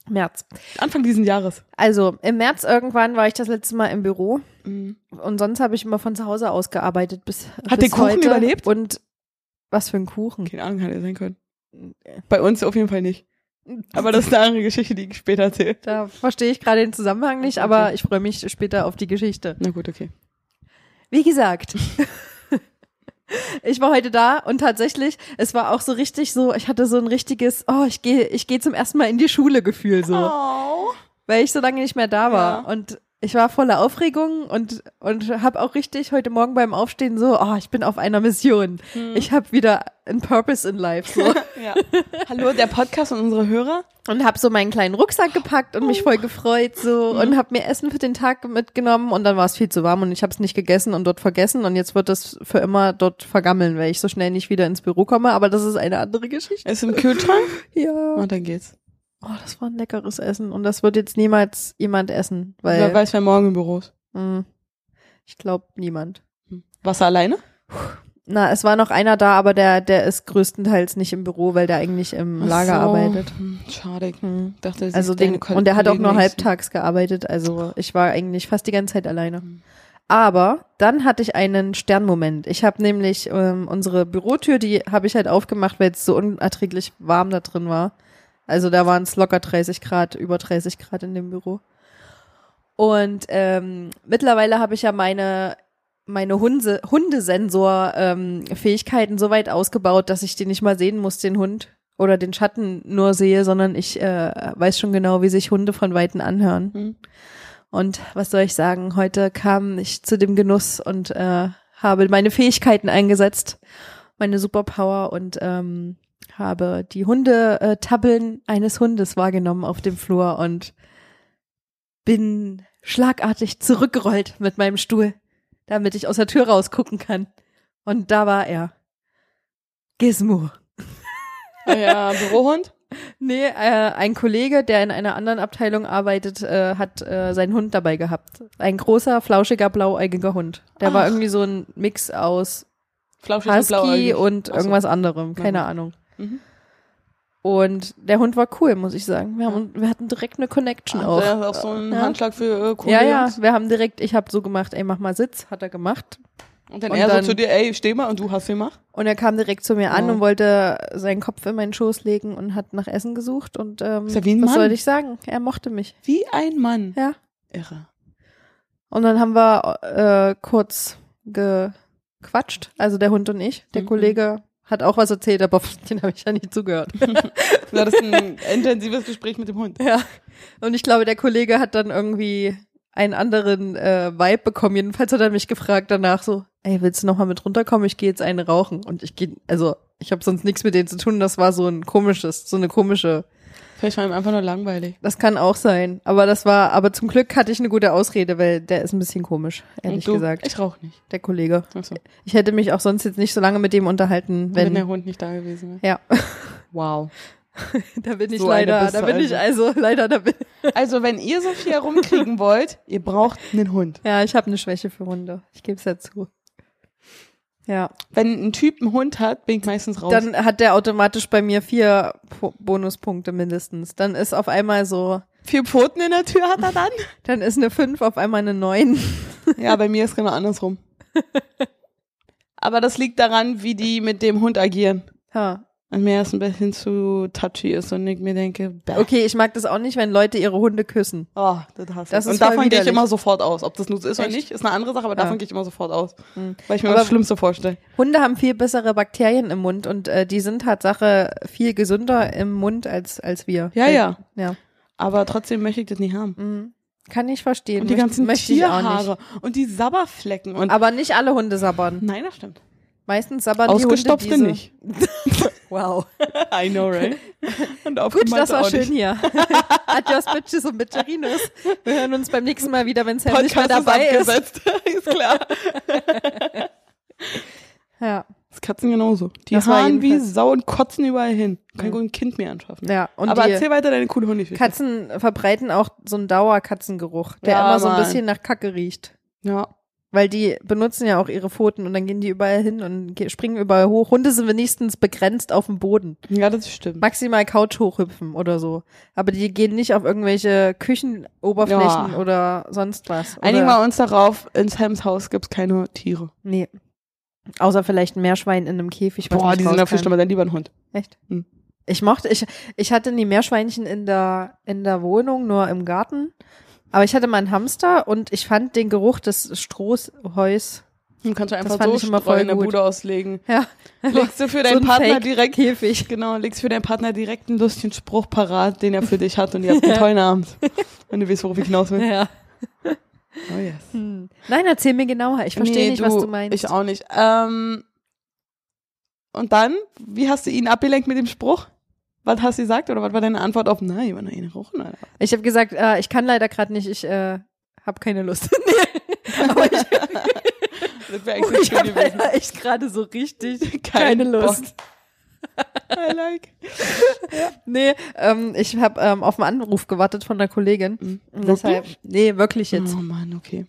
S3: März.
S2: Anfang diesen Jahres.
S3: Also im März irgendwann war ich das letzte Mal im Büro
S2: Mhm.
S3: und sonst habe ich immer von zu Hause aus gearbeitet bis
S2: Hat
S3: bis
S2: der Kuchen
S3: heute.
S2: überlebt?
S3: Und was für ein Kuchen?
S2: Keine Ahnung, hätte sein können. Bei uns auf jeden Fall nicht. Aber das ist eine andere Geschichte, die ich später erzähle.
S3: Da verstehe ich gerade den Zusammenhang nicht, aber ich freue mich später auf die Geschichte.
S2: Na gut, okay.
S3: Wie gesagt, Ich war heute da und tatsächlich, es war auch so richtig so, ich hatte so ein richtiges, oh, ich gehe ich gehe zum ersten Mal in die Schule Gefühl so,
S2: Oh.
S3: weil ich so lange nicht mehr da war
S2: Ja.
S3: und ich war voller Aufregung und und habe auch richtig heute morgen beim Aufstehen so, oh, ich bin auf einer Mission.
S2: Hm.
S3: Ich habe wieder einen Purpose in life so.
S2: Ja. Hallo, der Podcast und unsere Hörer.
S3: und habe so meinen kleinen Rucksack gepackt und mich voll gefreut so und habe mir Essen für den Tag mitgenommen und dann war es viel zu warm und ich habe es nicht gegessen und dort vergessen und jetzt wird das für immer dort vergammeln, weil ich so schnell nicht wieder ins Büro komme, aber das ist eine andere Geschichte.
S2: Ist im Kühlschrank.
S3: Ja.
S2: Oh, dann geht's.
S3: Oh, das war ein leckeres Essen und das wird jetzt niemals jemand essen,
S2: Wer
S3: weil
S2: weiß, wer morgen im Büro ist.
S3: mh, ich glaube niemand.
S2: Warst du alleine?
S3: Na, es war noch einer da, aber der der ist größtenteils nicht im Büro, weil der eigentlich im Lager
S2: Ach so.
S3: arbeitet.
S2: Hm, Schade. Ich
S3: Hm.
S2: dachte, das
S3: Also
S2: ist deine
S3: den,
S2: Ko-
S3: und der hat auch
S2: Kollegen
S3: nur
S2: nächsten.
S3: halbtags gearbeitet, also ich war eigentlich fast die ganze Zeit alleine.
S2: Mhm.
S3: Aber dann hatte ich einen Sternmoment. Ich habe nämlich ähm, unsere Bürotür, die habe ich halt aufgemacht, weil es so unerträglich warm da drin war. Also da waren es locker 30 Grad, über 30 Grad in dem Büro. Und ähm, mittlerweile habe ich ja meine meine Hunde, Hundesensor-Fähigkeiten so weit ausgebaut, dass ich den nicht mal sehen muss, den Hund oder den Schatten nur sehe, sondern ich äh, weiß schon genau, wie sich Hunde von Weitem anhören.
S2: Mhm.
S3: Und was soll ich sagen, heute kam ich zu dem Genuss und äh, habe meine Fähigkeiten eingesetzt, meine Superpower und ähm, habe die Hunde-Tabbeln eines Hundes wahrgenommen auf dem Flur und bin schlagartig zurückgerollt mit meinem Stuhl damit ich aus der Tür rausgucken kann. Und da war er. Gizmo.
S2: Ah Ja, Bürohund.
S3: Nee, äh, ein Kollege, der in einer anderen Abteilung arbeitet, äh, hat äh, seinen Hund dabei gehabt. Ein großer, flauschiger, blauäugiger Hund. Der war
S2: Ach.
S3: irgendwie so ein Mix aus
S2: Flauschig und
S3: Husky
S2: blauäugig.
S3: und
S2: Ach so.
S3: irgendwas anderem, keine
S2: Mhm.
S3: Ahnung.
S2: Mhm.
S3: Und der Hund war cool, muss ich sagen. Wir, haben, wir hatten direkt eine Connection
S2: Ach,
S3: auch.
S2: Der hat auch so einen
S3: Ja.
S2: Handschlag für äh, coole
S3: ja, ja,
S2: Jungs.
S3: wir haben direkt, ich habe so gemacht, ey, mach mal Sitz, hat er gemacht.
S2: Und dann
S3: Und
S2: er
S3: dann-
S2: so zu dir, ey, steh mal und du hast gemacht.
S3: Und er kam direkt zu mir an
S2: Ja.
S3: und wollte seinen Kopf in meinen Schoß legen und hat nach Essen gesucht. Und ähm,
S2: Ist ja wie ein
S3: was
S2: Mann.
S3: soll ich sagen? Er mochte mich.
S2: Wie ein Mann.
S3: Ja.
S2: Irre.
S3: Und dann haben wir äh, kurz gequatscht, also der Hund und ich. Der
S2: Mhm.
S3: Kollege hat auch was erzählt, aber den habe ich ja nicht zugehört.
S2: Du hattest ein intensives Gespräch mit dem Hund.
S3: ja. Und ich glaube, der Kollege hat dann irgendwie einen anderen äh, Vibe bekommen. Jedenfalls hat er mich gefragt danach so, ey, willst du nochmal mit runterkommen? Ich gehe jetzt einen rauchen. Und ich gehe, also ich habe sonst nichts mit denen zu tun. Das war so ein komisches, so eine komische
S2: Vielleicht war ihm einfach nur langweilig.
S3: Das kann auch sein. Aber das war, aber zum Glück hatte ich eine gute Ausrede, weil der ist ein bisschen komisch, ehrlich
S2: und du,
S3: gesagt.
S2: Ich rauche nicht.
S3: Der Kollege.
S2: Ach so.
S3: Ich hätte mich auch sonst jetzt nicht so lange mit dem unterhalten,
S2: Wenn,
S3: wenn.
S2: der Hund nicht da gewesen wäre.
S3: ja,
S2: Wow.
S3: da bin ich
S2: So eine
S3: leider,
S2: bist
S3: da
S2: du
S3: bin ich also leider, da bin.
S2: Also, wenn ihr so viel rumkriegen wollt, ihr braucht einen Hund.
S3: Ja, ich habe eine Schwäche für Hunde. Ich gebe es ja zu. Ja,
S2: Wenn ein Typ einen Hund hat, bin ich meistens raus.
S3: dann hat der automatisch bei mir vier Po- Bonuspunkte mindestens. Dann ist auf einmal so,
S2: vier Pfoten in der Tür hat er dann.
S3: dann ist eine fünf auf einmal eine neun.
S2: Ja, bei mir ist genau andersrum. Aber das liegt daran, wie die mit dem Hund agieren.
S3: Ha.
S2: An mir ist ein bisschen zu touchy ist und ich mir denke, bäh.
S3: Okay, ich mag das auch nicht, wenn Leute ihre Hunde küssen.
S2: Oh, das hasse
S3: Das
S2: ich.
S3: ist
S2: Und
S3: voll
S2: davon gehe ich
S3: widerlich.
S2: immer sofort aus. Ob das nun so ist oder
S3: Echt?
S2: nicht, ist eine andere Sache, aber
S3: Ja.
S2: davon gehe ich immer sofort aus.
S3: Mhm.
S2: Weil ich mir
S3: Aber-
S2: das Schlimmste vorstelle.
S3: Hunde haben viel bessere Bakterien im Mund und äh, die sind Tatsache viel gesünder im Mund als, als wir.
S2: Ja,
S3: Weil-
S2: ja.
S3: ja.
S2: Aber trotzdem möchte ich das nicht haben.
S3: Mhm. Kann ich verstehen.
S2: Und die
S3: Möcht-
S2: ganzen
S3: möchte ich auch
S2: Tierhaare und die Sabberflecken und.
S3: Nicht. Aber nicht alle Hunde sabbern.
S2: Nein, das stimmt.
S3: Meistens sabbern die
S2: Ausgestopfte
S3: Hunde diese.
S2: nicht.
S3: Wow.
S2: I know, right? Und
S3: Gut, das war
S2: auch
S3: schön
S2: Nicht.
S3: hier. Adios, Bitches und Bitcherinos. Wir hören uns beim nächsten Mal wieder, wenn Sam nicht mehr
S2: Podcast
S3: dabei
S2: ist
S3: ist.
S2: abgesetzt. ist klar.
S3: Ja,
S2: Das Katzen genauso. Die
S3: Das war
S2: haaren wie
S3: jedenfalls-
S2: Sau und kotzen überall hin. Kann
S3: Mhm.
S2: gut ein Kind mehr anschaffen.
S3: ja. Und
S2: aber
S3: die
S2: erzähl weiter deine coole Hunde.
S3: Katzen verbreiten auch so einen Dauerkatzengeruch, der
S2: Ja,
S3: immer so ein
S2: Mann.
S3: bisschen nach Kacke riecht.
S2: Ja.
S3: Weil die benutzen ja auch ihre Pfoten und dann gehen die überall hin und ge- springen überall hoch. Hunde sind wenigstens begrenzt auf dem Boden.
S2: ja, das stimmt.
S3: Maximal Couch hochhüpfen oder so. Aber die gehen nicht auf irgendwelche Küchenoberflächen
S2: Ja.
S3: oder sonst was.
S2: Einigen
S3: oder,
S2: wir uns darauf, in Sams Haus gibt's keine Tiere.
S3: Nee. Außer vielleicht ein Meerschwein in einem Käfig. Was
S2: Boah,
S3: nicht
S2: die
S3: raus
S2: sind dafür
S3: kann.
S2: schon mal dann lieber ein Hund.
S3: Echt?
S2: Hm.
S3: Ich mochte, ich, ich hatte nie Meerschweinchen in der, in der Wohnung, nur im Garten. Aber ich hatte mal einen Hamster und ich fand den Geruch des Strohs, Heus,
S2: Dann kannst du einfach
S3: fand
S2: so
S3: ich immer
S2: Streu in
S3: voll
S2: der
S3: gut.
S2: Bude auslegen.
S3: Ja.
S2: Legst du für
S3: so
S2: deinen
S3: ein
S2: Partner
S3: Fake
S2: direkt
S3: Käfig.
S2: Genau, legst für deinen Partner direkt einen lustigen Spruch parat, den er für dich hat und ihr habt einen tollen Abend. Wenn du weißt, worauf ich hinaus will.
S3: Ja.
S2: Oh yes.
S3: Hm. Nein, erzähl mir genauer. Ich verstehe
S2: Nee,
S3: nicht, was du meinst.
S2: Ich auch nicht. Ähm, und dann, wie hast du ihn abgelenkt mit dem Spruch? Was hast du gesagt oder was war deine Antwort auf, na, jemand ihn rauchen, Alter.
S3: Ich habe gesagt, äh, ich kann leider gerade nicht, ich äh, habe keine Lust. nee. Aber ich,
S2: Das wäre
S3: oh,
S2: eigentlich
S3: ich
S2: schön
S3: habe
S2: gewesen.
S3: leider echt gerade so richtig
S2: Kein
S3: keine Lust.
S2: Bock. I like.
S3: Nee, ähm, ich habe ähm, auf einen Anruf gewartet von einer Kollegin. Und deshalb, nee, wirklich jetzt.
S2: Oh Mann, okay.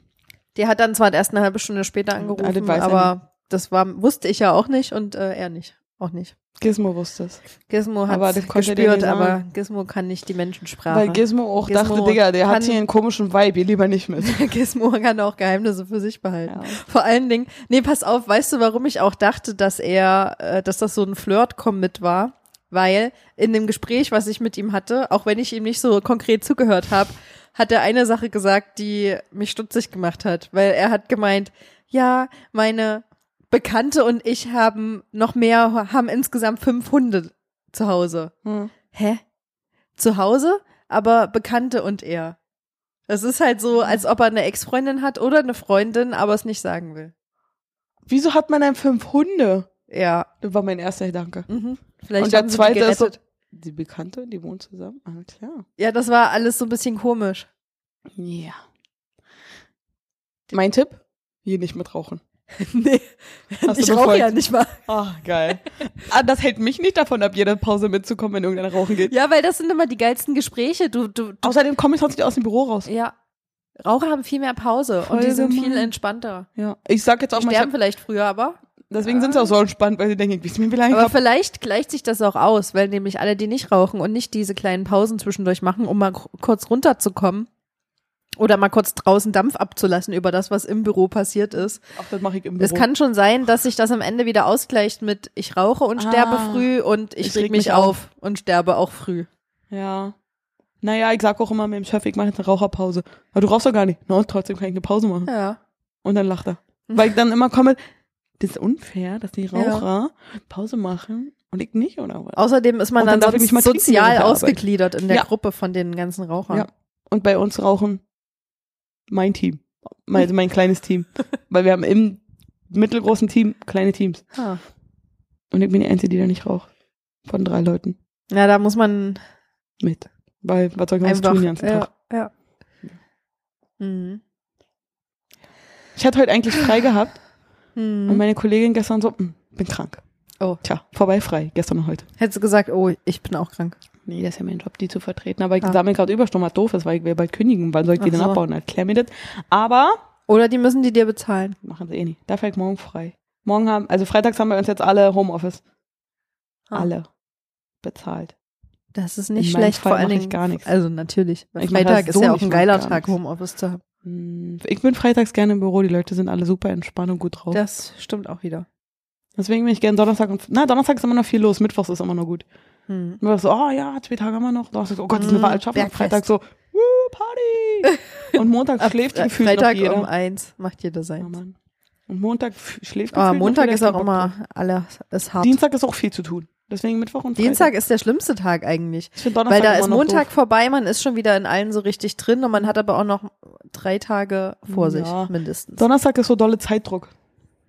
S3: Die hat dann zwar erst eine halbe Stunde später angerufen,
S2: Ah, das weiß er
S3: aber das war wusste ich ja auch nicht und äh, er nicht, auch nicht.
S2: Gizmo wusste es.
S3: Gizmo hat
S2: Aber das konnte der
S3: gespürt,
S2: nicht
S3: aber
S2: sagen.
S3: Gizmo kann nicht die Menschensprache.
S2: Weil Gizmo auch
S3: Gizmo
S2: dachte, Digga, der hat
S3: kann-
S2: hier einen komischen Vibe, ihr lieber nicht mit.
S3: Gizmo kann auch Geheimnisse für sich behalten.
S2: Ja.
S3: Vor allen Dingen, nee, pass auf, weißt du, warum ich auch dachte, dass er, äh, dass das so ein Flirt-Commit war? Weil in dem Gespräch, was ich mit ihm hatte, auch wenn ich ihm nicht so konkret zugehört habe, hat er eine Sache gesagt, die mich stutzig gemacht hat. Weil er hat gemeint, ja, meine Bekannte und ich haben noch mehr, haben insgesamt fünf Hunde zu Hause.
S2: Hm.
S3: Hä? Zu Hause, aber Bekannte und er. Das ist halt so, als ob er eine Ex-Freundin hat oder eine Freundin, aber es nicht sagen will.
S2: Wieso hat man dann fünf Hunde?
S3: Ja.
S2: Das war mein erster Gedanke.
S3: Mhm. Vielleicht
S2: Und der
S3: haben sie die
S2: zweite ist so-
S3: gerettet.
S2: Die Bekannte, die wohnen zusammen? Ah, klar.
S3: Ja, das war alles so ein bisschen komisch.
S2: Ja. Mein Tipp? Hier nicht mit rauchen.
S3: nee.
S2: Hast du
S3: ich rauche
S2: befolgt?
S3: ja nicht mal.
S2: Ah, geil. ah, das hält mich nicht davon ab, jede Pause mitzukommen, wenn irgendeiner rauchen geht.
S3: Ja, weil das sind immer die geilsten Gespräche. Du, du, du
S2: Außerdem komme ich sonst nicht aus dem Büro raus.
S3: ja. Raucher haben viel mehr Pause
S2: Voll
S3: und die sind
S2: gemein.
S3: viel entspannter.
S2: Ja. Ich sag jetzt auch
S3: Die
S2: mal, ich
S3: sterben
S2: hab,
S3: vielleicht früher, aber.
S2: deswegen sind sie auch so entspannt, weil sie denken, wie es mir vielleicht
S3: Aber
S2: ab.
S3: vielleicht gleicht sich das auch aus, weil nämlich alle, die nicht rauchen und nicht diese kleinen Pausen zwischendurch machen, um mal k- kurz runterzukommen oder mal kurz draußen Dampf abzulassen über das, was im Büro passiert ist.
S2: Ach, das mache ich im Büro.
S3: Es kann schon sein, dass sich das am Ende wieder ausgleicht mit ich rauche und
S2: Ah.
S3: sterbe früh und ich, reg mich auf und sterbe auch früh.
S2: Ja. Naja, ich sag auch immer mit dem Chef, ich mache jetzt eine Raucherpause. Aber du rauchst doch gar nicht. Na, und trotzdem kann ich eine Pause machen.
S3: Ja. Mhm.
S2: Und dann lacht er. Weil ich dann immer komme, das ist unfair, dass die Raucher Pause machen und ich nicht, oder was?
S3: Außerdem ist man
S2: Und
S3: dann,
S2: dann darf ich
S3: sonst
S2: nicht mal trinken während
S3: sozial
S2: der Arbeit.
S3: ausgegliedert in der
S2: Ja.
S3: Gruppe von den ganzen Rauchern.
S2: Ja. Und bei uns rauchen mein Team. Mein- Also mein kleines Team. Weil wir haben im mittelgroßen Team kleine Teams.
S3: Ah.
S2: Und ich bin die Einzige, die da nicht raucht. Von drei Leuten
S3: Ja, da muss man
S2: mit. Weil, was soll ich sonst
S3: einfach.
S2: tun den ganzen
S3: ja,
S2: Tag?
S3: ja. Mhm.
S2: Ich hatte heute eigentlich frei gehabt und
S3: Mhm.
S2: meine Kollegin gestern so, "Mm, bin krank.
S3: Oh.
S2: Tja, vorbei frei, gestern und heute.
S3: Hättest du gesagt, oh, ich bin auch krank.
S2: Nee, das ist ja mein Job, die zu vertreten. Aber ich
S3: Ah.
S2: sammle gerade Überstunden, was doof ist, weil ich will bald kündigen. Wann soll ich die
S3: Ach
S2: denn
S3: so.
S2: abbauen? Erklär mir das. Aber
S3: Oder die müssen die dir bezahlen.
S2: machen sie eh nicht. Dafür habe ich morgen frei. Morgen haben, also freitags haben wir uns jetzt alle Homeoffice.
S3: Ah.
S2: Alle bezahlt.
S3: Das ist nicht
S2: In meinem
S3: schlecht,
S2: Fall
S3: vor allen
S2: mach ich
S3: Dingen.
S2: gar nichts.
S3: Also natürlich. Weil
S2: Ich mach
S3: Freitag
S2: das
S3: ist
S2: so
S3: ja auch
S2: nicht
S3: ein
S2: und
S3: geiler
S2: gar
S3: Tag,
S2: nichts.
S3: Homeoffice zu haben.
S2: Hm, Ich bin freitags gerne im Büro, die Leute sind alle super entspannt und gut drauf.
S3: Das stimmt auch wieder.
S2: Deswegen bin ich gerne Donnerstag und na, Donnerstag ist immer noch viel los, Mittwochs ist immer noch gut.
S3: Hm.
S2: Mittwochs so, oh ja, zwei Tage haben wir noch. Donnerstag so, oh Gott, das ist eine
S3: Mm,
S2: Wahl schaffen. wir.
S3: Bergfest.
S2: Freitag so, woo, Party. Und Montag
S3: Ab
S2: schläft
S3: Fre-
S2: gefühlt
S3: Freitag
S2: noch jeder.
S3: um eins macht jeder
S2: Oh
S3: sein.
S2: Mann. Und Montag f- schläft
S3: Aber
S2: gefühlt noch
S3: Montag
S2: jeder,
S3: ist
S2: kein
S3: auch
S2: Bock drauf.
S3: immer alles ist hart.
S2: Dienstag ist auch viel zu tun. Deswegen Mittwoch und Freitag.
S3: Dienstag ist der schlimmste Tag eigentlich.
S2: ich find Donnerstag
S3: Weil da
S2: immer
S3: ist
S2: noch
S3: Montag
S2: doof.
S3: vorbei, man ist schon wieder in allen so richtig drin und man hat aber auch noch drei Tage vor sich,
S2: Ja.
S3: mindestens.
S2: Donnerstag ist so dolle Zeitdruck.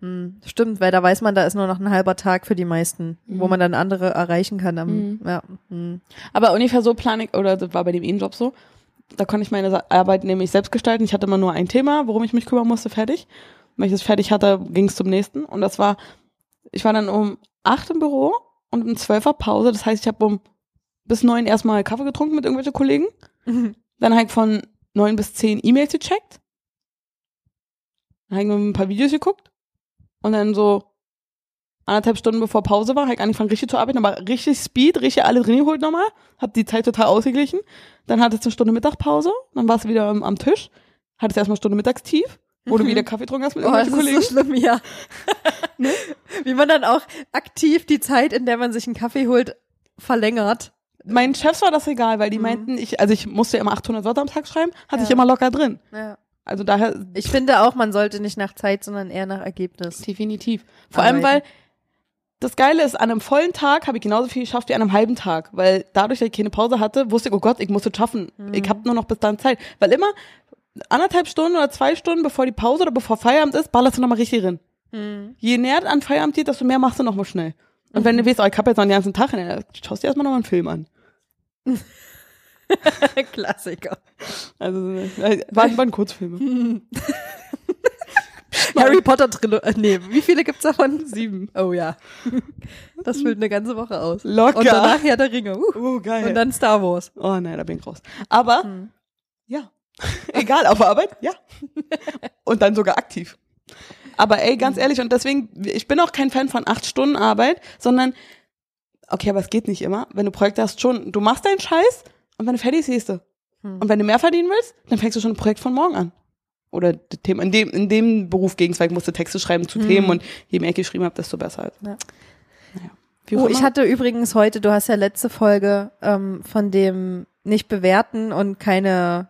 S3: Hm, Stimmt, weil da weiß man, da ist nur noch ein halber Tag für die meisten, wo
S2: Mhm.
S3: man dann andere erreichen kann. Am,
S2: Mhm.
S3: ja, hm.
S2: Aber ungefähr so plane ich, oder das war bei dem Ehenjob so, da konnte ich meine Sa- Arbeit nämlich selbst gestalten. Ich hatte immer nur ein Thema, worum ich mich kümmern musste, fertig. Wenn ich das fertig hatte, ging es zum nächsten. Und das war, ich war dann um acht im Büro und um 12 Uhr Pause. Das heißt, ich habe um bis neun erstmal Kaffee getrunken mit irgendwelchen Kollegen.
S3: Mhm.
S2: Dann habe ich von neun bis zehn E-Mails gecheckt. Dann habe ich mir ein paar Videos geguckt. Und dann so anderthalb Stunden bevor Pause war, habe ich angefangen richtig zu arbeiten, aber richtig Speed, richtig alle drin geholt nochmal. Habe die Zeit total ausgeglichen. Dann hatte es eine Stunde Mittagpause. Dann war es wieder am, am Tisch. Hatte es erstmal eine Stunde mittagstief. Oder wieder Kaffee getrunken hast mit
S3: Oh, das
S2: irgendwelchen
S3: ist
S2: Kollegen.
S3: so
S2: Ne?
S3: schlimm, ja. Wie man dann auch aktiv die Zeit, in der man sich einen Kaffee holt, verlängert.
S2: Meinen Chefs war das egal, weil die
S3: Mhm.
S2: meinten, ich, also ich musste ja immer 800 Wörter am Tag schreiben, hatte
S3: Ja.
S2: ich immer locker drin.
S3: Ja.
S2: Also daher
S3: Ich finde auch, man sollte nicht nach Zeit, sondern eher nach Ergebnis.
S2: definitiv. Vor allem, weil
S3: Arbeiten.
S2: das Geile ist, an einem vollen Tag habe ich genauso viel geschafft wie an einem halben Tag. Weil dadurch, dass ich keine Pause hatte, wusste ich, oh Gott, ich muss es schaffen. Ich habe nur noch bis dann Zeit. Weil immer anderthalb Stunden oder zwei Stunden, bevor die Pause oder bevor Feierabend ist, ballerst du nochmal richtig drin.
S3: Hm.
S2: Je näher an Feierabend geht, desto mehr machst du nochmal schnell. Und wenn du weißt, oh, ich habe jetzt noch den ganzen Tag, dann schaust du dir erstmal nochmal einen Film an.
S3: Klassiker.
S2: Also, äh, waren, waren Kurzfilme.
S3: Harry Potter Trilogie. Nee, wie viele gibt's davon?
S2: Sieben.
S3: Oh ja. Das füllt eine ganze Woche aus.
S2: Locker.
S3: Und danach Herr der Ringe. Uh.
S2: Oh, geil.
S3: Und dann Star Wars.
S2: Oh nein, da bin ich raus. Aber
S3: Hm.
S2: ja, egal, auf der Arbeit, ja. Und dann sogar aktiv. Aber ey,
S3: Hm.
S2: ganz ehrlich, und deswegen, ich bin auch kein Fan von acht Stunden Arbeit, sondern, okay, aber es geht nicht immer. Wenn du Projekte hast, schon, du machst deinen Scheiß und wenn du fertig bist, siehst du.
S3: Hm.
S2: Und wenn du mehr verdienen willst, dann fängst du schon ein Projekt von morgen an. Oder das Thema, in dem, in dem Beruf gegen ich musste Texte schreiben zu Themen und je mehr ich geschrieben habe, desto besser. Halt.
S3: Hm. Ja.
S2: Naja. Wie auch
S3: Oh, ich
S2: immer.
S3: hatte übrigens heute, du hast ja letzte Folge ähm, von dem nicht bewerten und keine.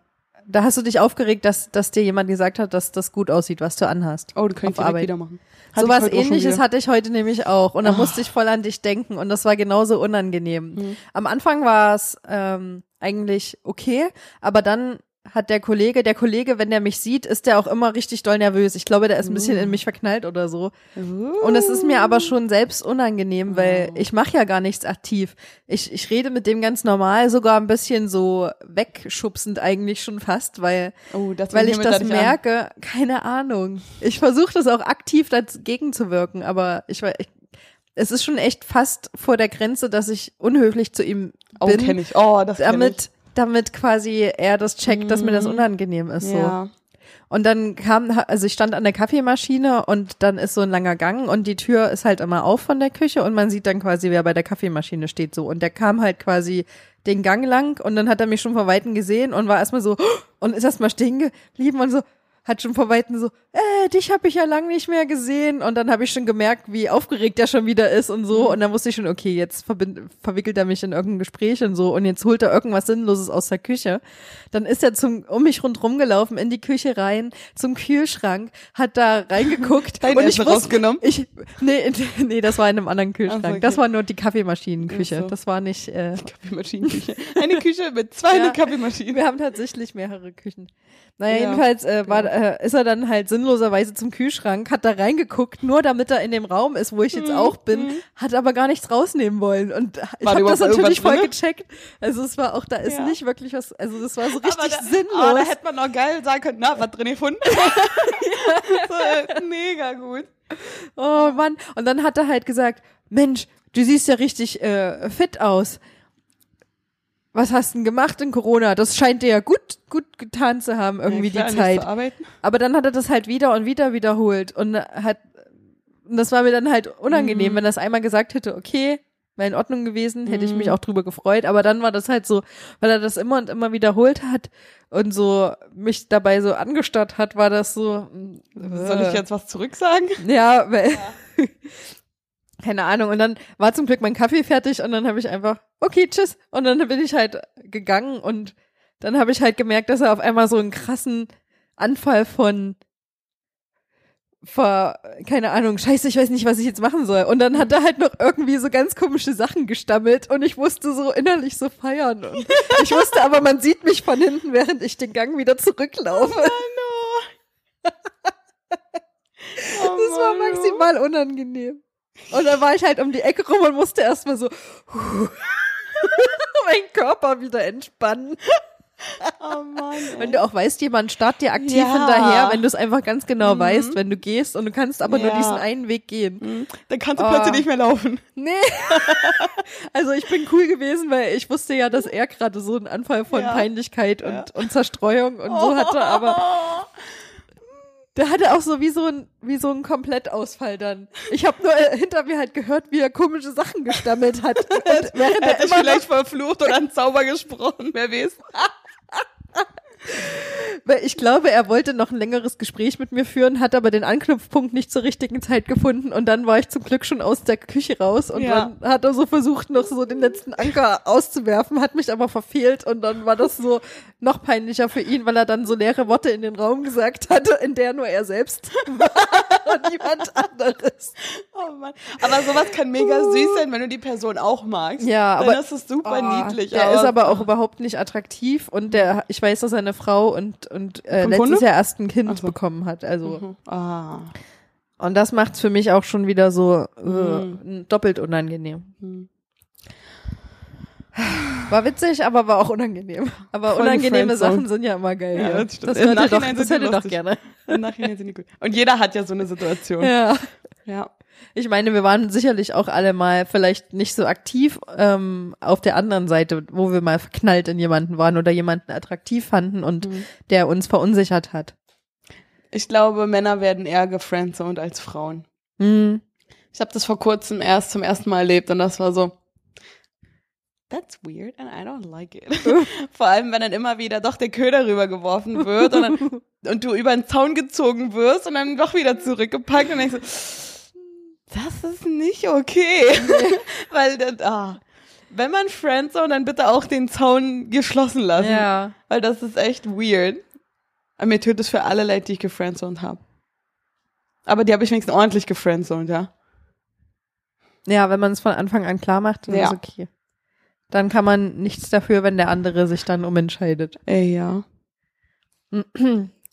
S3: Da hast du dich aufgeregt, dass, dass dir jemand gesagt hat, dass das gut aussieht, was du anhast.
S2: oh, du könntest
S3: auf
S2: direkt
S3: Arbeit.
S2: wieder machen. Hatte ich
S3: Sowas
S2: heute auch schon
S3: ähnliches
S2: wieder. Ah.
S3: hatte ich heute nämlich auch. Und da musste ich voll an dich denken. Und das war genauso unangenehm.
S2: Hm.
S3: Am Anfang war es ähm, eigentlich okay, aber dann hat der Kollege, der Kollege, wenn der mich sieht, ist der auch immer richtig doll nervös. Ich glaube, der ist ein bisschen
S2: Hm.
S3: in mich verknallt oder so.
S2: Äh,
S3: Und es ist mir aber schon selbst unangenehm,
S2: Ah.
S3: weil ich mache ja gar nichts aktiv. Ich, ich rede mit dem ganz normal, sogar ein bisschen so wegschubsend eigentlich schon fast, weil
S2: Oh, das
S3: weil
S2: nehme
S3: ich
S2: mir
S3: das
S2: dadurch an.
S3: merke, keine Ahnung. Ich versuche das auch aktiv dagegen zu wirken, aber ich, wei- ich es ist schon echt fast vor der Grenze, dass ich unhöflich zu ihm
S2: Oh,
S3: bin,
S2: kenn ich. Oh, das kenn ich. Mhm.
S3: damit damit quasi er das checkt, dass mir das unangenehm ist so.
S2: Ja.
S3: Und dann kam also ich stand an der Kaffeemaschine und dann ist so ein langer Gang und die Tür ist halt immer auf von der Küche und man sieht dann quasi wer bei der Kaffeemaschine steht so und der kam halt quasi den Gang lang und dann hat er mich schon von weitem gesehen und war erstmal so "Oh!" und ist erstmal stehen geblieben und so hat schon vor weitem so, äh, dich habe ich ja lang nicht mehr gesehen. Und dann habe ich schon gemerkt, wie aufgeregt er schon wieder ist und
S2: Mhm.
S3: so. Und dann wusste ich schon, okay, jetzt verbind, verwickelt er mich in irgendein Gespräch und so. Und jetzt holt er irgendwas Sinnloses aus der Küche. Dann ist er zum, um mich rundherum gelaufen, in die Küche rein, zum Kühlschrank, hat da reingeguckt.
S2: Dein
S3: und ich
S2: Essen
S3: wusste,
S2: rausgenommen?
S3: Ich, nee, nee, das war in einem anderen Kühlschrank.
S2: Ach so, okay.
S3: Das war nur die Kaffeemaschinenküche.
S2: Ach so.
S3: Das war nicht, äh,
S2: Kaffeemaschinenküche. Eine Küche mit 200
S3: Ja.
S2: Kaffeemaschinen.
S3: wir haben tatsächlich mehrere Küchen. Naja,
S2: Ja. genau.
S3: jedenfalls äh, war, äh, ist er dann halt sinnloserweise zum Kühlschrank, hat da reingeguckt, nur damit er in dem Raum ist, wo ich jetzt auch bin, hat aber gar nichts rausnehmen wollen. Und äh, ich
S2: Mhm, War da
S3: habe das
S2: überhaupt
S3: natürlich
S2: irgendwas
S3: voll
S2: drinne?
S3: gecheckt. Also es war auch, da ist
S2: Ja.
S3: nicht wirklich was, also das war so richtig
S2: Aber da,
S3: sinnlos.
S2: Aber da hätte man noch geil sagen können, na, was drin gefunden? so, äh, mega gut.
S3: Oh Mann. Und dann hat er halt gesagt, Mensch, du siehst ja richtig äh, fit aus. Was hast denn gemacht in Corona? Das scheint dir ja gut, gut getan zu haben, irgendwie
S2: Ja, klar,
S3: die
S2: nicht
S3: Zeit.
S2: zu arbeiten.
S3: Aber dann hat er das halt wieder und wieder wiederholt und hat, und das war mir dann halt
S2: Mhm.
S3: unangenehm, wenn er das einmal gesagt hätte, okay, wäre in Ordnung gewesen, hätte ich
S2: Mhm.
S3: mich auch drüber gefreut, aber dann war das halt so, weil er das immer und immer wiederholt hat und so mich dabei so angestarrt hat, war das so, mh,
S2: Soll ich
S3: äh.
S2: jetzt was zurücksagen?
S3: Ja, weil, keine Ahnung. Und dann war zum Glück mein Kaffee fertig und dann habe ich einfach, okay, tschüss. Und dann bin ich halt gegangen und dann habe ich halt gemerkt, dass er auf einmal so einen krassen Anfall von ver, keine Ahnung, scheiße, ich weiß nicht, was ich jetzt machen soll. Und dann hat er halt noch irgendwie so ganz komische Sachen gestammelt und ich musste so innerlich so feiern. Und ich wusste aber, man sieht mich von hinten, während ich den Gang wieder zurücklaufe.
S2: Oh
S3: Das war
S2: Mann,
S3: maximal unangenehm. Und dann war ich halt um die Ecke rum und musste erstmal so meinen Körper wieder entspannen.
S2: Oh Mann.
S3: Wenn du auch weißt, jemand starrt dir aktiv
S2: Ja.
S3: hinterher, wenn du es einfach ganz genau weißt, wenn du gehst und du kannst aber nur
S2: Ja.
S3: diesen einen Weg gehen.
S2: ey. Dann kannst du
S3: Oh.
S2: plötzlich nicht mehr laufen.
S3: Nee. also ich bin cool gewesen, weil ich wusste ja, dass er gerade so einen Anfall von
S2: Ja.
S3: Peinlichkeit und, und Zerstreuung und so hatte, aber der hatte auch so wie so ein, wie so ein Komplettausfall dann. Ich habe nur äh, hinter mir halt gehört, wie er komische Sachen gestammelt hat. Und während er
S2: Hätte ich
S3: immer noch
S2: vielleicht verflucht oder einen Zauber gesprochen, wer weiß.
S3: Weil ich glaube, er wollte noch ein längeres Gespräch mit mir führen, hat aber den Anknüpfpunkt nicht zur richtigen Zeit gefunden und dann war ich zum Glück schon aus der Küche raus und
S2: Ja.
S3: dann hat er so versucht, noch so den letzten Anker auszuwerfen, hat mich aber verfehlt und dann war das so noch peinlicher für ihn, weil er dann so leere Worte in den Raum gesagt hatte, in der nur er selbst war und niemand anderes.
S2: Oh Mann. Aber sowas kann mega süß sein, wenn du die Person auch magst.
S3: Oh. Ja,
S2: Dann
S3: aber- Oh,
S2: ist es super niedlich.
S3: Ah, Der ist aber auch überhaupt nicht attraktiv und der, ich weiß, dass seine Frau und, und äh,
S2: Fünf
S3: letztes
S2: Hunde?
S3: Jahr erst ein Kind
S2: Ach so.
S3: bekommen hat. Also
S2: Ah.
S3: Und das macht's für mich auch schon wieder so äh,
S2: Mhm.
S3: doppelt unangenehm.
S2: Mhm.
S3: War witzig, aber war auch unangenehm. Aber
S2: Voll die
S3: unangenehme
S2: Friendzone.
S3: Sachen sind ja immer geil.
S2: Ja,
S3: Ja,
S2: das
S3: das
S2: stimmt. Im
S3: hört ihr doch,
S2: Nachhinein
S3: das hört
S2: sind die
S3: ihr doch
S2: lustig.
S3: gerne.
S2: Im Nachhinein sind die gut. Und jeder hat ja so eine Situation.
S3: Ja.
S2: Ja.
S3: Ich meine, wir waren sicherlich auch alle mal vielleicht nicht so aktiv ähm, auf der anderen Seite, wo wir mal verknallt in jemanden waren oder jemanden attraktiv fanden und der uns verunsichert hat.
S2: Ich glaube, Männer werden eher gefriendzoned als Frauen.
S3: Hm.
S2: Ich habe das vor kurzem erst zum ersten Mal erlebt und das war so. That's weird and I don't like it. Vor allem, wenn dann immer wieder doch der Köder rübergeworfen wird und, dann, und du über den Zaun gezogen wirst und dann doch wieder zurückgepackt und denkst so, das ist nicht okay. Weil dann, ah, wenn man Friendzone, dann bitte auch den Zaun geschlossen lassen.
S3: Ja.
S2: Weil das ist echt weird. Aber mir tut es für alle leid, die ich gefriendzoned habe. Aber die habe ich wenigstens ordentlich gefriendzoned, ja.
S3: Ja, wenn man es von Anfang an klar macht, dann
S2: Ja.
S3: ist okay. Dann kann man nichts dafür, wenn der andere sich dann umentscheidet.
S2: Ey, ja.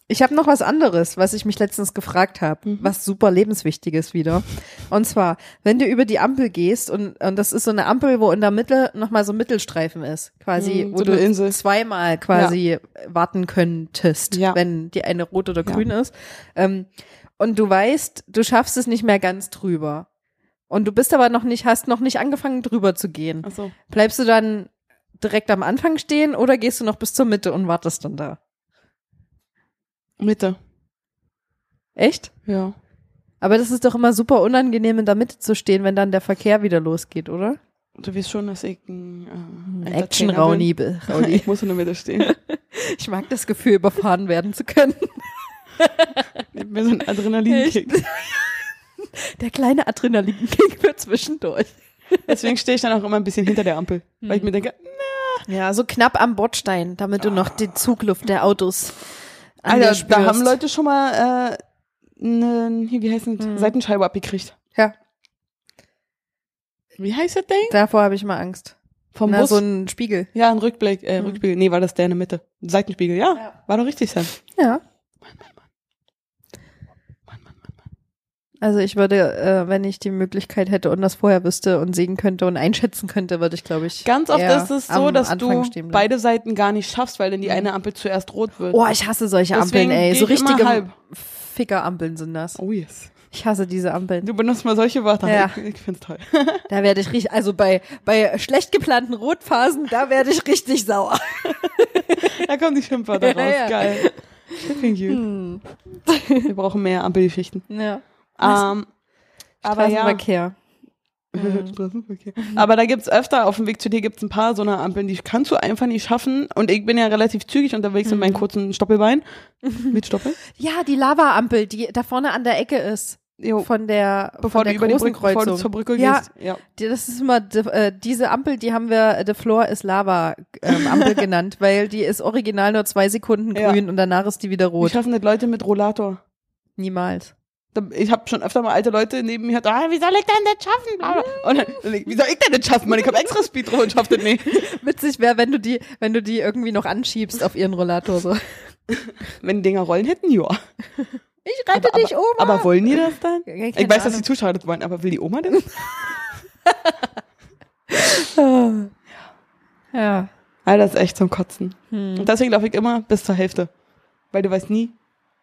S3: Ich habe noch was anderes, was ich mich letztens gefragt habe,
S2: Mhm.
S3: was super lebenswichtig ist wieder. Und zwar, wenn du über die Ampel gehst und, und das ist so eine Ampel, wo in der Mitte nochmal so ein Mittelstreifen ist, quasi,
S2: Mhm,
S3: wo
S2: so
S3: du
S2: eine Insel.
S3: zweimal quasi warten könntest,
S2: Ja.
S3: wenn die eine rot oder
S2: Ja.
S3: grün ist. Ähm, und du weißt, du schaffst es nicht mehr ganz drüber. Und du bist aber noch nicht, hast noch nicht angefangen drüber zu gehen.
S2: Achso.
S3: Bleibst du dann direkt am Anfang stehen oder gehst du noch bis zur Mitte und wartest dann da?
S2: Mitte.
S3: Echt?
S2: Ja.
S3: Aber das ist doch immer super unangenehm, in der Mitte zu stehen, wenn dann der Verkehr wieder losgeht, oder?
S2: Du wirst schon, dass ich ein, äh,
S3: Action-Rauni.
S2: Rauni.
S3: Rauni.
S2: Ich muss in der Mitte stehen.
S3: Ich mag das Gefühl, überfahren werden zu können.
S2: Ich hab mir so ein Adrenalinkick.
S3: Der kleine Adrenalinkick wird zwischendurch.
S2: Deswegen stehe ich dann auch immer ein bisschen hinter der Ampel. Weil ich mir denke,
S3: Ja, so knapp am Bordstein, damit du noch die Zugluft der Autos an dir
S2: Alter,
S3: spürst.
S2: da haben Leute schon mal äh, ne, hier, wie heißt das? Seitenscheibe abgekriegt.
S3: Ja,
S2: Wie heißt das Ding?
S3: davor habe ich mal Angst.
S2: Vom
S3: Na,
S2: Bus.
S3: so ein Spiegel.
S2: ja, ein Rückblick, äh, Rückspiegel. Nee, war das der in der Mitte. Seitenspiegel, ja.
S3: Ja.
S2: War doch richtig, Sam.
S3: Ja.
S2: Mann, Mann, Mann, Mann.
S3: Also ich würde, äh, wenn ich die Möglichkeit hätte und das vorher wüsste und sehen könnte und einschätzen könnte, würde ich, glaube ich,
S2: Ganz oft
S3: eher
S2: ist es so,
S3: am
S2: dass
S3: Anfang
S2: du
S3: stehen bleiben.
S2: beide Seiten gar nicht schaffst, weil dann die eine Ampel zuerst rot wird.
S3: Oh, ich hasse solche
S2: Deswegen
S3: Ampeln, ey.
S2: geh
S3: So
S2: ich immer halb.
S3: richtige Fickerampeln sind das.
S2: oh yes.
S3: Ich hasse diese Ampeln.
S2: Du benutzt mal solche Wörter.
S3: Ja.
S2: Ich, ich find's toll.
S3: Da werde ich richtig, also bei, bei schlecht geplanten Rotphasen, da werde ich richtig sauer.
S2: Da kommen die Schimpfwörter
S3: Ja,
S2: raus.
S3: ja.
S2: Geil. Shipping you.
S3: Hm.
S2: Wir brauchen mehr Ampelgeschichten.
S3: Ja.
S2: Ähm, aber ja.
S3: Straßenverkehr.
S2: Straßenverkehr. Aber da gibt's öfter, auf dem Weg zu dir gibt's ein paar so eine Ampeln, die kannst du einfach nicht schaffen. Und ich bin ja relativ zügig unterwegs mit meinen
S3: Mhm.
S2: kurzen Stoppelbein. Mit Stoppel?
S3: Ja, die Lava-Ampel, die da vorne an der Ecke ist.
S2: Jo.
S3: Von der,
S2: Bevor
S3: von der
S2: du über die
S3: großen
S2: Brücke, bevor du
S3: Kreuzung.
S2: zur Brücke
S3: ja,
S2: gehst. Ja.
S3: Die, das ist immer, de, äh, diese Ampel, die haben wir äh, The Floor is Lava ähm, Ampel genannt, weil die ist original nur zwei Sekunden
S2: Ja.
S3: grün und danach ist die wieder
S2: Wie
S3: rot.
S2: schaffen das Leute mit Rollator?
S3: Niemals.
S2: Da- Ich habe schon öfter mal alte Leute neben mir gesagt, ah, wie soll ich denn das schaffen? Bla, bla. Und dann, dann denk ich, wie soll ich denn das schaffen? Mann, ich habe extra Speed drauf und schaff das nicht.
S3: Witzig wäre, wenn du die, wenn du die irgendwie noch anschiebst auf ihren Rollator so.
S2: Wenn die Dinger rollen hätten, ja.
S3: Ich rette dich, um. Oma.
S2: Aber wollen die das dann?
S3: Ja, keine
S2: ich weiß, dass die
S3: Ahnung.
S2: Zuschauer das wollen, aber will die Oma das?
S3: ja.
S2: Alter, Ah, das ist echt zum Kotzen.
S3: Hm.
S2: Und deswegen laufe ich immer bis zur Hälfte. Weil du weißt nie,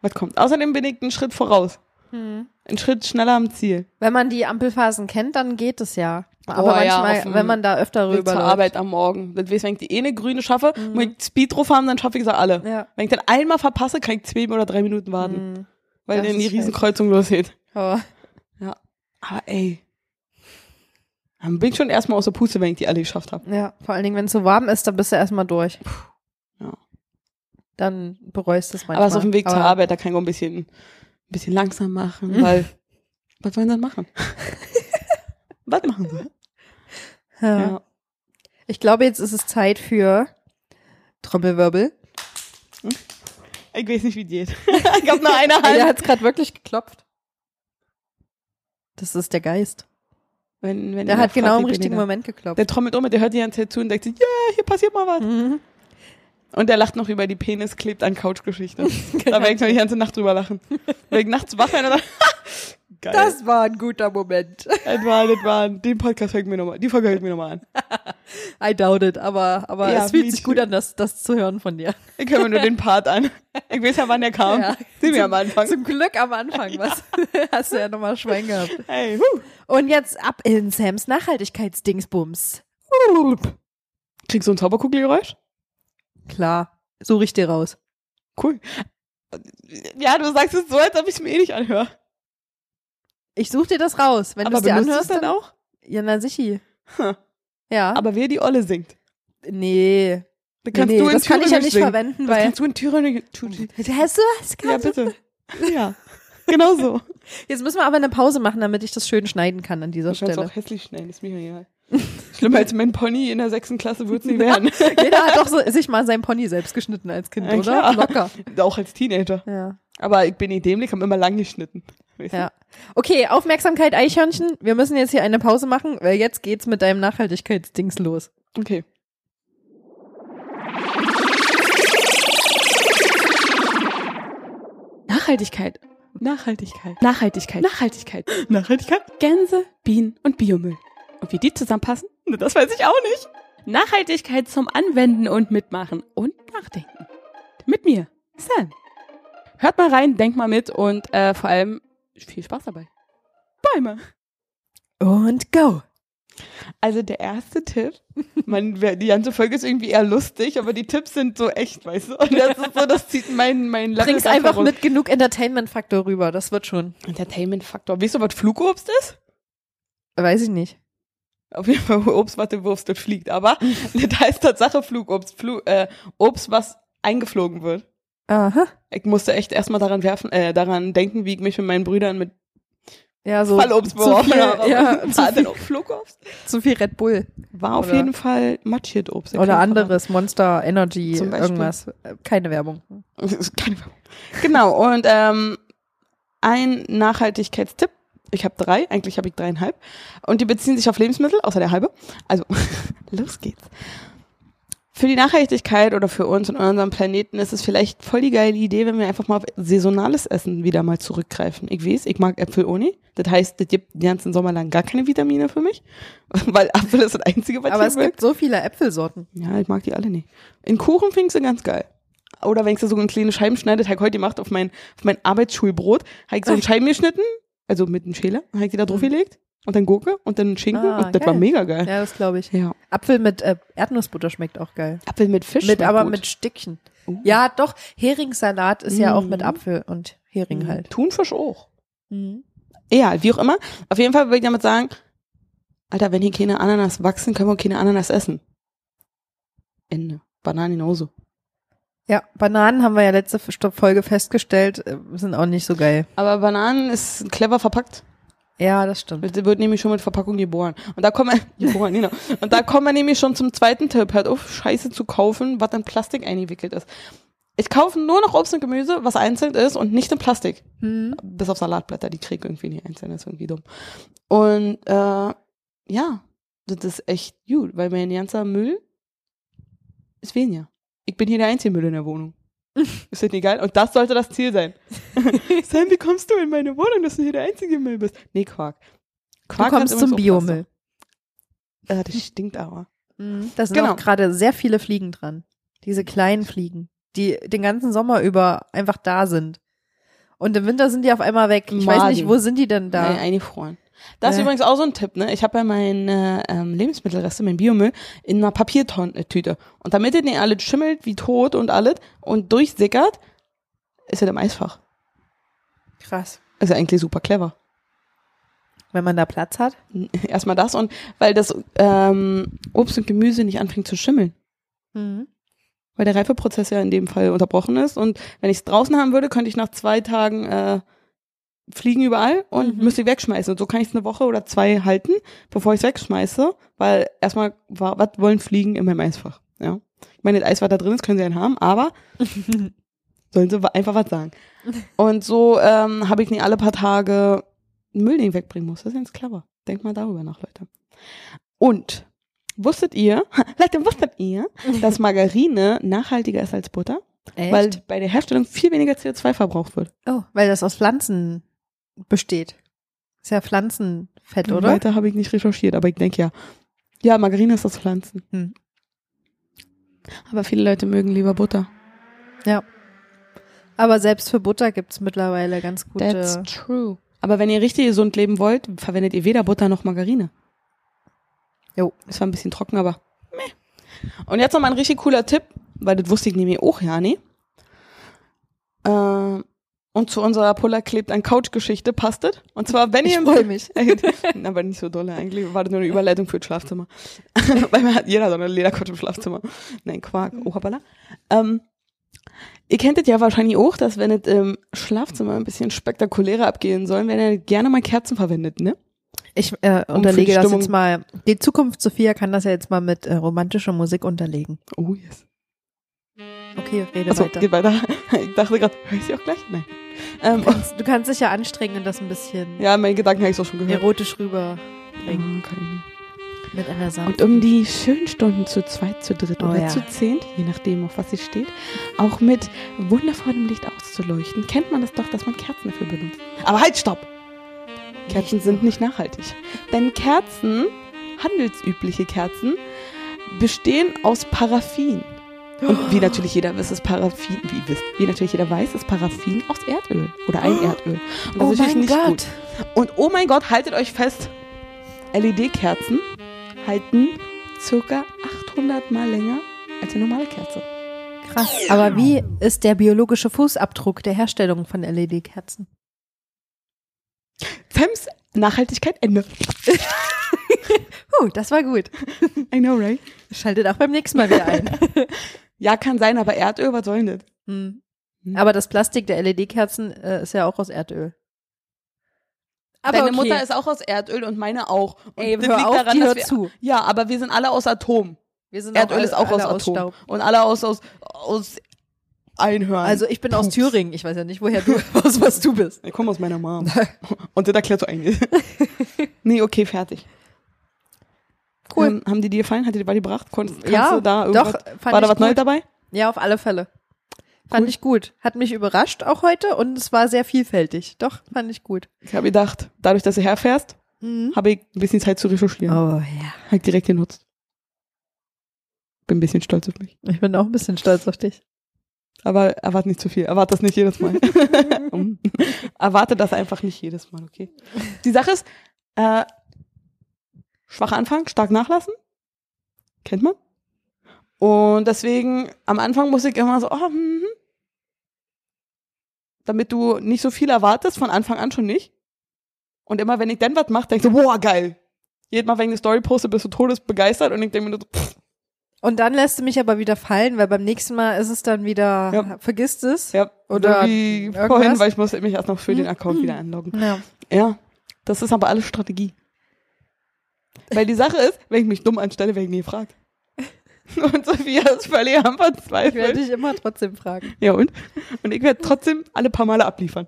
S2: was kommt. Außerdem bin ich einen Schritt voraus.
S3: Hm.
S2: Einen Schritt schneller am Ziel.
S3: Wenn man die Ampelphasen kennt, dann geht es ja. Aber
S2: Oh, ja,
S3: manchmal,
S2: auf dem
S3: wenn man da öfter
S2: Weg zur
S3: rüber
S2: Arbeit am Morgen. Das weiß, wenn ich die eine grüne schaffe, muss ich Speed drauf haben, dann schaffe ich sie alle.
S3: Hm. Ja.
S2: Wenn ich dann einmal verpasse, kann ich zwei oder drei Minuten warten.
S3: Mhm.
S2: Weil
S3: das
S2: dann die
S3: ist
S2: Riesenkreuzung losgeht.
S3: Oh.
S2: Aber Ah, ey. Dann bin ich schon erstmal aus der Puste, wenn ich die alle geschafft habe.
S3: Ja, vor allen Dingen, wenn es so warm ist, dann bist du erstmal durch.
S2: ja.
S3: dann bereust du es manchmal.
S2: Aber es ist auf dem Weg zur
S3: Aber Mhm.
S2: Arbeit, da kann ich auch ein bisschen, ein bisschen langsam machen, weil was sollen sie denn machen? was machen sie?
S3: Ja.
S2: Ja.
S3: Ich glaube, jetzt ist es Zeit für Trommelwirbel.
S2: Ich weiß nicht, wie die geht. ich hab nur eine
S3: Ey, der
S2: Hand.
S3: hat es gerade wirklich geklopft. Das ist der Geist.
S2: Wenn, wenn
S3: Der
S2: ihr
S3: hat
S2: fragt,
S3: genau im
S2: ich bin
S3: richtigen
S2: wieder-
S3: Moment geklopft.
S2: Der trommelt um, und der hört die ganze Zeit zu und denkt sich, ja, hier passiert mal was.
S3: Mhm.
S2: Und der lacht noch über die Penis klebt an Couchgeschichte. Da
S3: Genau.
S2: werde ich noch die ganze Nacht drüber lachen. Wenn ich nachts wach werde, dann geil. Das,
S3: Das war ein guter Moment.
S2: war, das war, den Podcast höre ich mir nochmal, die Folge höre ich mir nochmal an.
S3: I doubt it, aber, aber
S2: Ja,
S3: es fühlt
S2: me
S3: sich
S2: too.
S3: gut an, das, das zu hören von dir.
S2: Ich höre mir nur den Part an. Ich weiß ja, wann der kam.
S3: Ja.
S2: Sehen wir am Anfang.
S3: Zum Glück am Anfang, was? Hast du ja nochmal Schwein gehabt.
S2: Hey, huh.
S3: Und jetzt ab in Sams Nachhaltigkeitsdingsbums.
S2: Kriegst du ein Zauberkugelgeräusch?
S3: Klar, suche ich dir raus.
S2: Cool. Ja, du sagst es so, als ob ich es mir eh nicht anhöre.
S3: Ich suche dir das raus. Wenn du
S2: Aber
S3: es dir
S2: benutzt du
S3: anhörst,
S2: es dann auch?
S3: Ja, na sicher.
S2: Hm.
S3: Ja.
S2: Aber wer die Olle singt.
S3: nee.
S2: Dann
S3: Nee,
S2: kannst
S3: nee,
S2: du in
S3: das kann ich ja
S2: Thüringisch
S3: nicht
S2: singen.
S3: verwenden,
S2: Das
S3: weil.
S2: kannst du in Thüringen. Tu-
S3: Hast du was?
S2: Ja,
S3: Kannst du-
S2: bitte. Ja. Genau so.
S3: Jetzt müssen wir aber eine Pause machen, damit ich das schön schneiden kann an dieser
S2: Ich kann es
S3: Stelle.
S2: auch hässlich schneiden, ist mir ja egal. Schlimmer als mein Pony in der sechsten Klasse wird's nie werden.
S3: Jeder hat doch so, sich mal sein Pony selbst geschnitten als Kind,
S2: Ja,
S3: oder?
S2: klar.
S3: Locker.
S2: auch als Teenager.
S3: Ja.
S2: Aber ich bin nicht dämlich, hab immer lang geschnitten. Weißt du?
S3: ja. Okay, Aufmerksamkeit, Eichhörnchen. Wir müssen jetzt hier eine Pause machen, weil jetzt geht's mit deinem Nachhaltigkeitsdings los.
S2: Okay.
S6: Nachhaltigkeit.
S2: Nachhaltigkeit.
S6: Nachhaltigkeit. Nachhaltigkeit.
S2: Nachhaltigkeit?
S6: Gänse, Bienen und Biomüll. Und wie die zusammenpassen?
S2: Na, Das weiß ich auch nicht.
S6: Nachhaltigkeit zum Anwenden und Mitmachen und Nachdenken. Mit mir, Sam. Hört mal rein, denkt mal mit und äh, vor allem viel Spaß dabei.
S2: Bäume.
S3: Und go.
S2: Also der erste Tipp, man, wer- die ganze Folge ist irgendwie eher lustig, aber die Tipps sind so echt, weißt du? Und das ist so, das zieht mein, mein langes
S3: Bring's
S2: Affe
S3: einfach
S2: rum.
S3: mit genug Entertainment-Faktor rüber. Das wird schon.
S2: Entertainment-Faktor. Weißt du, was Flugobst ist?
S3: Weiß ich nicht.
S2: Auf jeden Fall Obst, was du wirfst, das fliegt. Aber das heißt Tatsache Flugobst. Flu äh, Obst, was eingeflogen wird.
S3: Aha.
S2: Ich musste echt erstmal daran werfen, äh, daran denken, wie ich mich mit meinen Brüdern mit
S3: Ja, so.
S2: Fallobst
S3: zu
S2: beworfen
S3: viel,
S2: habe.
S3: ja,
S2: War
S3: zu
S2: denn
S3: viel,
S2: auch Flugobst?
S3: zu viel Red Bull.
S2: War auf
S3: Oder-
S2: jeden Fall matschiert Obst. Ich
S3: Oder
S2: kann nicht
S3: anderes. Monster, Energy,
S2: Zum Beispiel.
S3: irgendwas. Äh, Keine Werbung.
S2: Das ist keine Werbung. Genau, und ähm, ein Nachhaltigkeitstipp. Ich habe drei, eigentlich habe ich dreieinhalb. Und die beziehen sich auf Lebensmittel, außer der halbe. Also, los geht's. Für die Nachhaltigkeit oder für uns und unseren Planeten ist es vielleicht voll die geile Idee, wenn wir einfach mal auf saisonales Essen wieder mal zurückgreifen. Ich weiß, ich mag Äpfel ohne. Das heißt, das gibt den ganzen Sommer lang gar keine Vitamine für mich. Weil Apfel ist das einzige, was
S3: Aber
S2: hier
S3: es
S2: wirkt.
S3: gibt so viele Äpfelsorten.
S2: Ja, ich mag die alle nicht. In Kuchen finde ich sie ganz geil. Oder wenn ich sie so in kleine Scheiben schneide, habe ich heute gemacht auf mein, auf mein Arbeitsschulbrot, habe ich so in Scheiben geschnitten, also mit einem Schäler, habe ich die da drauf gelegt und dann Gurke und dann Schinken
S3: Ah,
S2: und das war
S3: geil.
S2: mega Mhm. geil.
S3: Ja, das glaube ich.
S2: Ja.
S3: Apfel mit äh, Erdnussbutter schmeckt auch geil.
S2: Apfel mit Fisch.
S3: mit,
S2: schmeckt
S3: aber
S2: gut.
S3: mit Stückchen.
S2: Uh.
S3: Ja, doch. Heringssalat ist ja auch
S2: Mhm.
S3: mit Apfel und Hering
S2: Mhm.
S3: halt. Mhm.
S2: Thunfisch auch. Ja, wie auch immer. Auf jeden Fall will ich damit sagen, Alter, wenn hier keine Ananas wachsen, können wir auch keine Ananas essen. Ende. Bananen genauso.
S3: Ja, Bananen haben wir ja letzte F- Folge festgestellt, äh, sind auch nicht so geil.
S2: Aber Bananen ist clever verpackt.
S3: Ja, das stimmt.
S2: Wird, wird nämlich schon mit Verpackung geboren. Und da kommen wir, geboren, genau. Und da kommen wir nämlich schon zum zweiten Tipp. Hört auf, Scheiße zu kaufen, was in Plastik eingewickelt ist. Ich kaufe nur noch Obst und Gemüse, was einzeln ist und nicht in Plastik.
S3: Hm.
S2: Bis auf Salatblätter, die krieg ich irgendwie nicht einzeln, ist irgendwie dumm. Und äh, ja, das ist echt gut, weil mein ganzer Müll ist weniger. Ich bin hier der einzige Müll in der Wohnung. Ist das nicht geil? Und das sollte das Ziel sein. Sam, wie kommst du in meine Wohnung, dass du hier der einzige Müll bist? Nee, Quark.
S3: Du
S2: Quark hat
S3: kommst
S2: übrigens
S3: zum
S2: auch
S3: Biomüll.
S2: Plastik. Äh, das stinkt aber.
S3: Mhm. Da sind
S2: Genau.
S3: auch gerade sehr viele Fliegen dran. Diese kleinen Fliegen, die den ganzen Sommer über einfach da sind. Und im Winter sind die auf einmal weg. Ich weiß nicht,
S2: Maden.
S3: wo sind die denn da?
S2: Nee, eingefroren. Das ist
S3: Äh.
S2: übrigens auch so ein Tipp, ne? Ich habe ja meine ähm, Lebensmittelreste, mein Biomüll, in einer Papiertüte. Und damit ihr nicht alles schimmelt wie tot und alles und durchsickert, ist er im Eisfach.
S3: Krass.
S2: Ist ja eigentlich super clever.
S3: Wenn man da Platz hat.
S2: Erstmal das und weil das ähm, Obst und Gemüse nicht anfängt zu schimmeln.
S3: Mhm.
S2: weil der Reifeprozess ja in dem Fall unterbrochen ist. Und wenn ich es draußen haben würde, könnte ich nach zwei Tagen äh, fliegen überall und müsste ich wegschmeißen. Und so kann ich es eine Woche oder zwei halten, bevor ich es wegschmeiße, weil erstmal, wa- was wollen Fliegen in meinem Eisfach? Ja. Ich meine, das Eis, was da drin ist, können sie einen haben, aber sollen sie wa- einfach was sagen. Und so ähm, habe ich nie alle paar Tage einen Müll, den ich wegbringen muss. Das ist ganz clever. Denkt mal darüber nach, Leute. Und wusstet ihr, Leute, wusstet ihr, dass Margarine nachhaltiger ist als Butter,
S3: Echt?
S2: weil bei der Herstellung viel weniger CO2 verbraucht wird.
S3: oh, weil das aus Pflanzen besteht. Ist ja Pflanzenfett, oder?
S2: Weiter habe ich nicht recherchiert, aber ich denke ja. Ja, Margarine ist aus Pflanzen.
S3: Hm.
S2: Aber viele Leute mögen lieber Butter.
S3: Aber selbst für Butter gibt's mittlerweile ganz gute.
S6: That's true.
S2: Aber wenn ihr richtig gesund leben wollt, verwendet ihr weder Butter noch Margarine.
S3: Jo.
S2: Es war ein bisschen trocken, aber meh. Und jetzt noch mal ein richtig cooler Tipp, weil das wusste ich nämlich auch, Jani. Äh, und zu unserer Puller klebt ein Couchgeschichte, passt das? Und zwar, wenn ihr
S3: ich freue mich.
S2: Echt? Na, Aber nicht so dolle. Eigentlich war das nur eine Überleitung für das Schlafzimmer. Weil man hat jeder so eine Lederkotze im Schlafzimmer. Nein, Quark. Oh, hoppala. Ähm, ihr kennt es ja wahrscheinlich auch, dass wenn es im Schlafzimmer ein bisschen spektakulärer abgehen soll, wenn ihr gerne mal Kerzen verwendet, ne?
S3: Ich äh,
S2: Um für die
S3: unterlege das
S2: Stimmung-
S3: jetzt mal. Die Zukunft Sophia kann das ja jetzt mal mit äh, romantischer Musik unterlegen.
S2: Oh, yes.
S3: Okay, rede
S2: Achso,
S3: weiter.
S2: geht weiter. Ich dachte gerade, höre ich sie auch gleich? Nein. Ähm,
S3: Du kannst, du kannst dich ja anstrengen und das ein bisschen
S2: ja, meine Gedanken habe ich auch schon gehört.
S3: erotisch rüberbringen
S2: Ah, kann ich nicht.
S3: mit einer Sache.
S2: Und um die schönen Stunden zu zweit, zu dritt
S3: Oh
S2: oder
S3: ja.
S2: zu zehnt, je nachdem, auf was sie steht, auch mit wundervollem Licht auszuleuchten, kennt man das doch, dass man Kerzen dafür benutzt. Aber halt, stopp! Kerzen sind nicht nachhaltig. Denn Kerzen, handelsübliche Kerzen, bestehen aus Paraffin. Und wie natürlich jeder weiß, ist Paraffin, wie, wisst, wie natürlich jeder weiß, ist Paraffin aus Erdöl oder ein Erdöl. Und das
S3: oh
S2: ist natürlich
S3: mein
S2: nicht
S3: Gott.
S2: gut. Und oh mein Gott, haltet euch fest, LED-Kerzen halten circa 800 mal länger als eine normale Kerze.
S3: Krass. Aber wie ist der biologische Fußabdruck der Herstellung von E LED-Kerzen?
S2: Fems, Nachhaltigkeit, Ende.
S3: Huh, das war gut.
S2: I know, right?
S3: Schaltet auch beim nächsten Mal wieder ein.
S2: Ja, kann sein, aber Erdöl, was soll denn das?
S3: Hm. Aber das Plastik der LED-Kerzen äh, ist ja auch aus Erdöl. Aber
S2: Deine
S3: okay.
S2: Mutter ist auch aus Erdöl und meine auch. Und
S3: Ey,
S2: das
S3: hör
S2: liegt
S3: auf,
S2: daran,
S3: die
S2: dass
S3: hört
S2: wir,
S3: zu.
S2: Ja, aber wir sind alle aus Atom.
S3: Wir sind
S2: Erdöl ist auch
S3: alle
S2: aus Atom.
S3: Staub.
S2: und alle aus, aus, aus Einhörnern.
S3: Also ich bin aus Thüringen. Ich weiß ja nicht, woher du aus was du bist.
S2: ich komme aus meiner Mom. und das erklärt so einiges. nee, okay, fertig.
S3: Cool.
S2: Ähm, haben die dir gefallen? Hat dir die Body gebracht? Konntest, kannst
S3: ja,
S2: du da
S3: doch.
S2: irgendwas?
S3: Fand
S2: War da
S3: ich
S2: was
S3: gut.
S2: Neues dabei?
S3: Ja, auf alle Fälle. Fand ich gut. Hat mich überrascht auch heute und es war sehr vielfältig. Doch, fand ich gut.
S2: Ich habe gedacht, dadurch, dass du herfährst, habe ich ein bisschen Zeit zu recherchieren.
S3: Oh ja.
S2: Habe ich direkt genutzt. Bin ein bisschen stolz auf mich.
S3: Ich bin auch ein bisschen stolz auf dich.
S2: Aber erwarte nicht zu viel. Erwarte das nicht jedes Mal. Mm. erwarte das einfach nicht jedes Mal, okay? Die Sache ist, äh, schwacher Anfang, stark nachlassen. Kennt man. Und deswegen, am Anfang muss ich immer so, oh, hm, hm. damit du nicht so viel erwartest, von Anfang an schon nicht. Und immer wenn ich dann was mache, denke ich so, boah, geil. Jedes Mal, wenn ich eine Story poste, bist du todesbegeistert und ich denke mir nur so, pff,
S3: Und dann lässt du mich aber wieder fallen, weil beim nächsten Mal ist es dann wieder,
S2: Ja.
S3: vergisst es.
S2: ja,
S3: Oder
S2: irgendwie
S3: irgendwas? Hm.
S2: vorhin, weil ich musste mich erst noch für den Account wieder anloggen.
S3: Ja.
S2: Ja, das ist aber alles Strategie. Weil die Sache ist, wenn ich mich dumm anstelle, werde ich nie gefragt. Und Sophia ist völlig am
S3: Ich werde
S2: Verzweifeln.
S3: dich immer trotzdem fragen.
S2: Ja, und? Und ich werde trotzdem alle paar Male abliefern.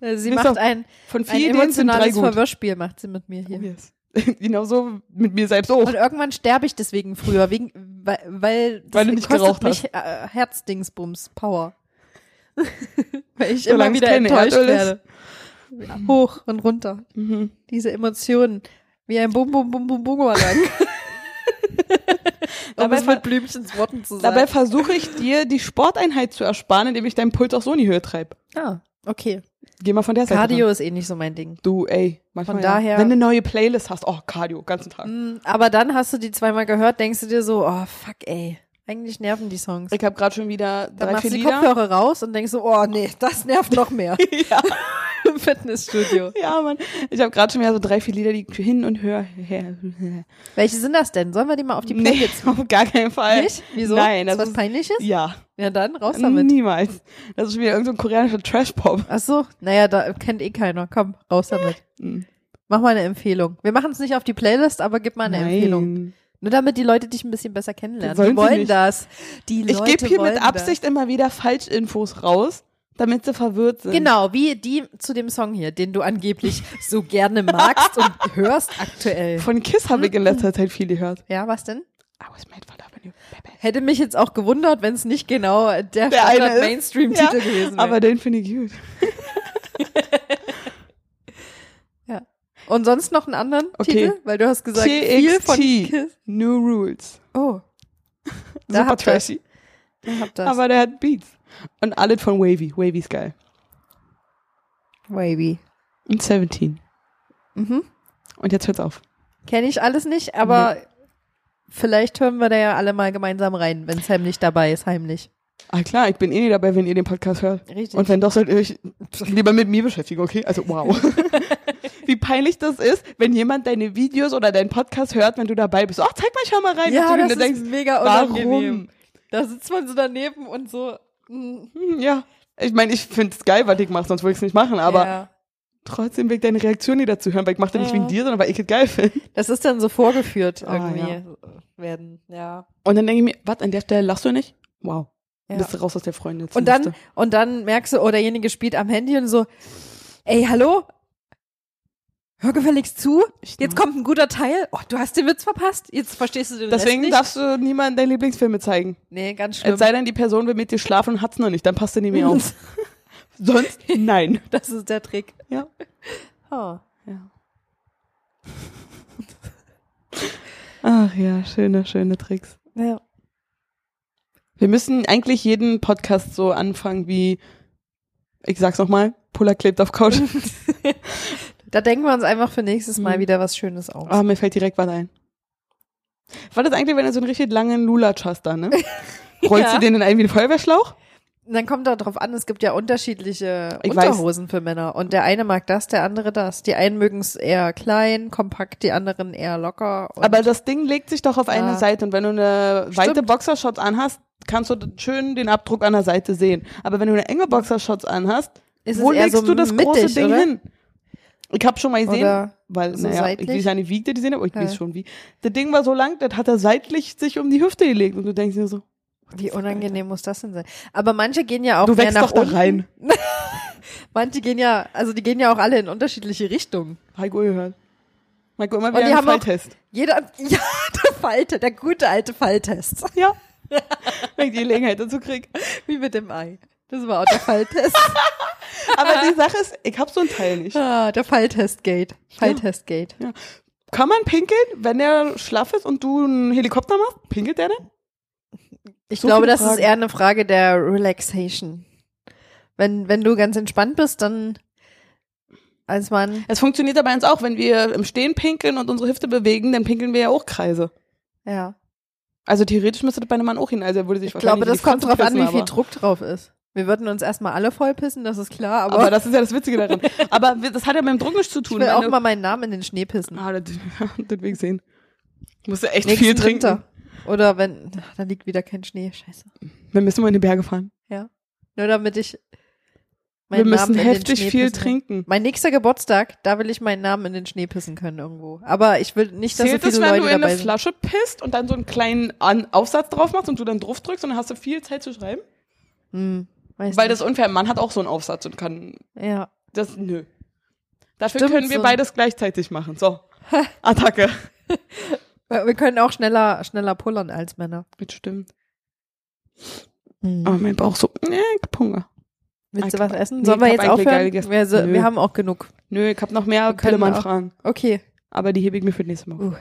S3: Äh, Sie
S2: Ist
S3: macht
S2: doch
S3: ein,
S2: Von
S3: ein
S2: vier Ideen sind drei
S3: emotionales
S2: gut.
S3: Verwirrspiel, macht sie mit mir
S2: Oh,
S3: hier.
S2: yes. Genauso mit mir selbst auch.
S3: Und irgendwann sterbe ich deswegen früher, wegen, weil, weil das
S2: Weil du nicht geraucht
S3: kostet
S2: hast.
S3: mich äh, Herzdingsbums, Power. weil ich
S2: Solange
S3: immer wieder
S2: es keine
S3: enttäuscht
S2: Erdöl
S3: werde. Hoch und runter.
S2: Mhm.
S3: Diese Emotionen. Wie ein Bum Bum Bum Bum Bumerang. um
S2: Dabei
S3: es
S2: ver-
S3: mit Blümchens Worten zu sagen.
S2: Dabei versuche ich dir, die Sporteinheit zu ersparen, indem ich deinen Puls auch so in die Höhe treibe.
S3: ah, okay.
S2: Geh mal von der Seite.
S3: Cardio
S2: ran.
S3: ist eh nicht so mein Ding.
S2: Du, ey. Manchmal,
S3: Von
S2: ja.
S3: daher-
S2: Wenn du eine neue Playlist hast, oh, Cardio, ganzen Tag.
S3: Mm, Aber dann hast du die zweimal gehört, denkst du dir so, oh fuck ey, eigentlich nerven die Songs.
S2: Ich habe gerade schon wieder
S3: Dann
S2: drei,
S3: machst
S2: vier
S3: du die
S2: Lieder.
S3: Kopfhörer raus und denkst so, oh nee, das nervt noch mehr.
S2: Ja.
S4: im Fitnessstudio.
S2: Ja, Mann. Ich habe gerade schon wieder so drei, vier Lieder, die hin und höher. Her, her.
S3: Welche sind das denn? Sollen wir die mal auf die
S2: Nee,
S3: Playlist?
S2: auf gar keinen Fall.
S3: Nicht? Wieso?
S2: Nein,
S3: ist
S2: das
S3: was
S2: ist-
S3: Peinliches?
S2: Ja,
S3: Ja, dann raus damit.
S2: niemals. Das ist wieder irgendein so koreanischer Trash-Pop.
S3: Ach so, naja, da kennt eh keiner. Komm, raus damit.
S2: Hm.
S3: Mach mal eine Empfehlung. Wir machen es nicht auf die Playlist, aber gib mal eine Empfehlung. Nur damit die Leute dich ein bisschen besser kennenlernen.
S2: Das sollen
S3: die
S2: sie
S3: wollen
S2: nicht.
S3: das. Die
S2: Ich
S3: Leute
S2: gebe hier
S3: wollen
S2: mit Absicht immer wieder Falschinfos raus, damit sie verwirrt sind.
S3: Das. Genau, wie die zu dem Song hier, den du angeblich so gerne magst und hörst aktuell.
S2: Von Kiss habe ich
S3: Mhm.
S2: in letzter Zeit viel gehört.
S3: Ja, was denn?
S2: I was made for love and you, baby.
S3: Hätte mich jetzt auch gewundert, wenn es nicht genau der,
S2: Der eine
S3: Standard
S2: ist.
S3: Mainstream-Titel
S2: Ja,
S3: gewesen wäre.
S2: Aber den finde ich gut.
S3: und sonst noch einen anderen
S2: Okay.
S3: Titel? Weil du hast gesagt, viel von
S2: TXT,
S3: Kiss.
S2: New Rules.
S3: Oh, Da
S2: Super
S3: habt ihr
S2: trashy.
S3: ich hab das.
S2: Aber der hat Beats. Und alles von Wavy. Wavy ist geil.
S3: Wavy.
S2: Und 17.
S3: Mhm.
S2: Und jetzt hört's auf.
S3: Kenne ich alles nicht, aber
S2: Mhm.
S3: vielleicht hören wir da ja alle mal gemeinsam rein, wenn Sam nicht dabei ist, heimlich.
S2: Ah klar, ich bin eh nie dabei, wenn ihr den Podcast hört.
S3: Richtig.
S2: Und wenn doch, sollt ihr euch lieber mit mir beschäftigen, okay? Also wow. Wie peinlich das ist, wenn jemand deine Videos oder deinen Podcast hört, wenn du dabei bist. Ach, zeig mal, schau mal rein.
S3: ja,
S2: Und du
S3: das
S2: dir
S3: ist
S2: denkst,
S3: mega unangenehm.
S2: warum?
S3: Da sitzt man so daneben und so. hm,
S2: Hm, ja. Ich meine, ich find's geil, was ich mache, sonst würde ich's nicht machen, aber
S3: ja.
S2: trotzdem will ich deine Reaktion nie dazu hören, weil ich mache das nicht
S3: Ja.
S2: wegen dir, sondern weil ich es geil finde.
S3: Das ist dann so vorgeführt
S2: Ah,
S3: irgendwie werden. Ja.
S2: Und dann denke ich mir, was, an der Stelle lachst du nicht? Wow.
S3: Ja.
S2: Bist du raus aus der Freundin.
S3: Und dann und dann merkst du, oh, derjenige spielt am Handy und so, ey, hallo? Hör gefälligst zu. Jetzt kommt ein guter Teil. Oh, du hast den Witz verpasst. Jetzt verstehst du den Rest
S2: Deswegen
S3: nicht.
S2: darfst du niemandem deine Lieblingsfilme zeigen.
S3: Nee, ganz schlimm.
S2: Es sei denn, die Person will mit dir schlafen und hat's noch nicht, dann passt er nicht mehr auf. Sonst nein.
S3: Das ist der Trick.
S2: Ja.
S3: Oh.
S2: Ach ja, schöne, schöne Tricks.
S3: Ja.
S2: Wir müssen eigentlich jeden Podcast so anfangen wie, ich sag's nochmal, Puller klebt auf Couch.
S3: Da denken wir uns einfach für nächstes Mal wieder was Schönes aus.
S2: Mhm. Ah, mir fällt direkt was ein. War das eigentlich, wenn du so einen richtig langen Lulatsch hast da, ne? Rollst
S3: Ja.
S2: du den dann ein wie einen Feuerwehrschlauch?
S3: Und dann kommt da drauf an, es gibt ja unterschiedliche
S2: Ich weiß.
S3: Unterhosen für Männer. Und der eine mag das, der andere das. Die einen mögen es eher klein, kompakt, die anderen eher locker. Und
S2: Aber das Ding legt sich doch auf eine
S3: Ja.
S2: Seite und wenn du eine weite
S3: Stimmt.
S2: Boxershorts anhast, kannst du schön den Abdruck an der Seite sehen. Aber wenn du eine enge Boxershorts anhast,
S3: ist es
S2: wo
S3: eher
S2: legst
S3: so
S2: du das große
S3: mittig,
S2: Ding
S3: oder?
S2: hin? Ich habe schon mal gesehen,
S3: Oder
S2: weil
S3: so
S2: naja, ich
S3: seitlich?
S2: weiß ja nicht, wie ich das gesehen habe, aber ich
S3: Ja.
S2: weiß schon wie. Das Ding war so lang, das hat er seitlich sich um die Hüfte gelegt und du denkst dir so,
S3: Wie unangenehm muss das denn sein? Aber manche gehen ja auch
S2: du
S3: mehr
S2: wächst
S3: nach
S2: doch da
S3: unten.
S2: rein.
S3: Manche gehen ja, also die gehen ja auch alle in unterschiedliche Richtungen.
S2: Heiko gehört. Heiko immer
S3: die
S2: wieder einen
S3: haben auch-
S2: Falltest.
S3: Jeder, ja, der Falte, der gute alte Falltest.
S2: Ja. Wenn ich die Gelegenheit dazu krieg.
S3: Wie mit dem Ei. Das war auch der Falltest.
S2: Aber die Sache ist, ich hab so einen Teil nicht.
S3: ah, der Falltestgate. Falltestgate.
S2: Kann man pinkeln, wenn er schlaff ist und du einen Helikopter machst? Pinkelt der denn?
S3: Ich
S2: So
S3: glaube,
S2: viele
S3: das ist
S2: Fragen.
S3: eher eine Frage der Relaxation. Wenn, wenn du ganz entspannt bist, dann als Mann,
S2: Es funktioniert aber bei uns auch, wenn wir im Stehen pinkeln und unsere Hüfte bewegen, dann pinkeln wir ja auch Kreise.
S3: ja.
S2: Also theoretisch müsste das bei einem Mann auch hin. Also er würde sich
S3: Ich glaube,
S2: wahrscheinlich
S3: das kommt
S2: in die
S3: drauf an,
S2: Fresse
S3: wie viel
S2: pissen,
S3: Druck drauf ist. Wir würden uns erstmal alle vollpissen, das ist klar, aber,
S2: aber, aber das ist ja das Witzige daran. aber wir- das hat ja mit dem Druck nichts zu
S3: ich
S2: tun.
S3: will
S2: wenn
S3: auch
S2: du-
S3: mal meinen Namen in den Schnee pissen.
S2: ah, das, das will ich sehen. Musst du echt
S3: Nächsten
S2: viel trinken.
S3: Winter. Oder wenn, ach, da liegt wieder kein Schnee, scheiße.
S2: Wir müssen mal in die Berge fahren.
S3: Nur damit ich
S2: Wir
S3: meinen
S2: müssen
S3: Namen in den
S2: heftig
S3: Schnee
S2: viel
S3: pissen kann.
S2: trinken.
S3: Mein nächster Geburtstag, da will ich meinen Namen in den Schnee pissen können irgendwo. Aber ich will nicht, dass
S2: Zählt
S3: so
S2: es,
S3: viele
S2: wenn du
S3: Leute
S2: in
S3: dabei
S2: eine
S3: sind.
S2: Flasche pisst und dann so einen kleinen An Aufsatz drauf machst und du dann drauf drückst und dann hast du viel Zeit zu schreiben?
S3: Hm, weiß
S2: Weil
S3: nicht.
S2: das ist unfair, ein Mann hat auch so einen Aufsatz und kann
S3: ja.
S2: das nö. Dafür
S3: Stimmt,
S2: können wir
S3: so ein-
S2: beides gleichzeitig machen. So. Attacke.
S3: Weil Wir können auch schneller, schneller pullern als Männer.
S2: Das stimmt.
S3: Mhm.
S2: Aber mein Bauch so, ne, ich Hunger.
S3: Willst du
S2: ich hab-
S3: was essen?
S2: nee,
S3: Sollen wir
S2: ich hab
S3: jetzt
S2: eigentlich geil
S3: aufhören?
S2: gegessen.
S3: Wir, so,
S2: Nö.
S3: wir haben auch genug.
S2: Nö, ich hab noch mehr
S3: Wir können auch-
S2: Pillemann-Fragen.
S3: Okay.
S2: Aber die hebe ich mir für das nächste Mal.
S3: Uh.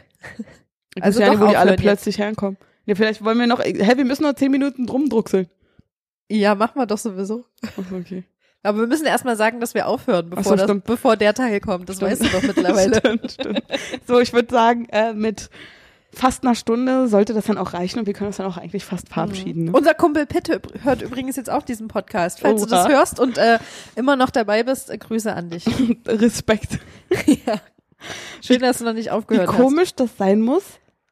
S2: Ich
S3: Also
S2: also weiß ja
S3: doch
S2: nicht, wo die alle
S3: aufhören jetzt.
S2: plötzlich herkommen. Ja, vielleicht wollen wir noch, hä, wir müssen noch zehn Minuten rumdruckseln.
S3: Ja, machen wir doch sowieso.
S2: Ach, Okay.
S3: Aber wir müssen erstmal sagen, dass wir aufhören,
S2: Ach so,
S3: bevor, das,
S2: stimmt.
S3: bevor der Teil kommt. Das
S2: Stimmt.
S3: Mhm. weißt du doch mittlerweile.
S2: stimmt, stimmt. So, ich würde sagen, äh, mit fast einer Stunde sollte das dann auch reichen und wir können uns dann auch eigentlich fast verabschieden. Ne?
S3: Unser Kumpel Pitte üb- hört übrigens jetzt auch diesen Podcast. Falls du
S2: Oha.
S3: das hörst und äh, immer noch dabei bist, äh, Grüße an dich.
S2: Und Respekt.
S3: ja. Schön, dass du noch nicht
S2: Wie
S3: aufgehört hast.
S2: komisch das sein muss,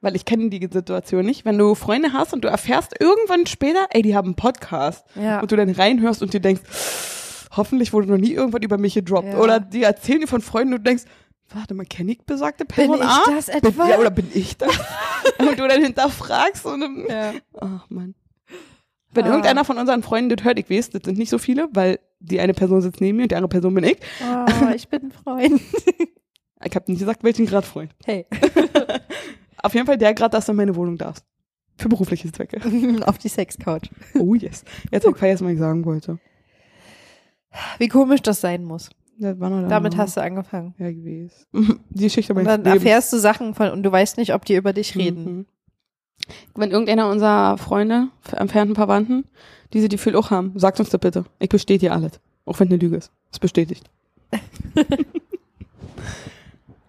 S2: weil ich kenne die Situation nicht, wenn du Freunde hast und du erfährst irgendwann später, ey, die haben einen Podcast
S3: Ja.
S2: und du dann reinhörst und dir denkst, hoffentlich wurde noch nie irgendwas über mich gedroppt
S3: Ja.
S2: oder die erzählen dir von Freunden und du denkst, warte mal, kenne ich besagte
S3: Bin
S2: Person
S3: ich
S2: A?
S3: das etwa?
S2: Bin, ja, oder bin ich das? und du dann hinterfragst und dann,
S3: Ja.
S2: ach Mann. Wenn
S3: Ah.
S2: irgendeiner von unseren Freunden das hört, ich weiß, das sind nicht so viele, weil die eine Person sitzt neben mir und die andere Person bin ich.
S3: Oh, ich bin ein Freund.
S2: Ich habe nicht gesagt, welchen Grad Freund.
S3: Hey,
S2: Auf jeden Fall der Grad, dass du in meine Wohnung darfst. Für berufliche Zwecke.
S3: auf die Sexcouch.
S2: Oh yes. Jetzt habe ich vergessen, was ich sagen wollte.
S3: Wie komisch das sein muss.
S2: Das war noch
S3: Damit hast du angefangen.
S2: Ja, gewesen. Die Geschichte
S3: Und
S2: meines
S3: dann
S2: Lebens.
S3: erfährst du Sachen von und du weißt nicht, ob die über dich reden.
S2: Mhm. Wenn irgendeiner unserer Freunde, entfernten Verwandten, diese die viel auch haben, sagt uns das bitte. Ich bestätige alles. Auch wenn eine Lüge ist. Es bestätigt.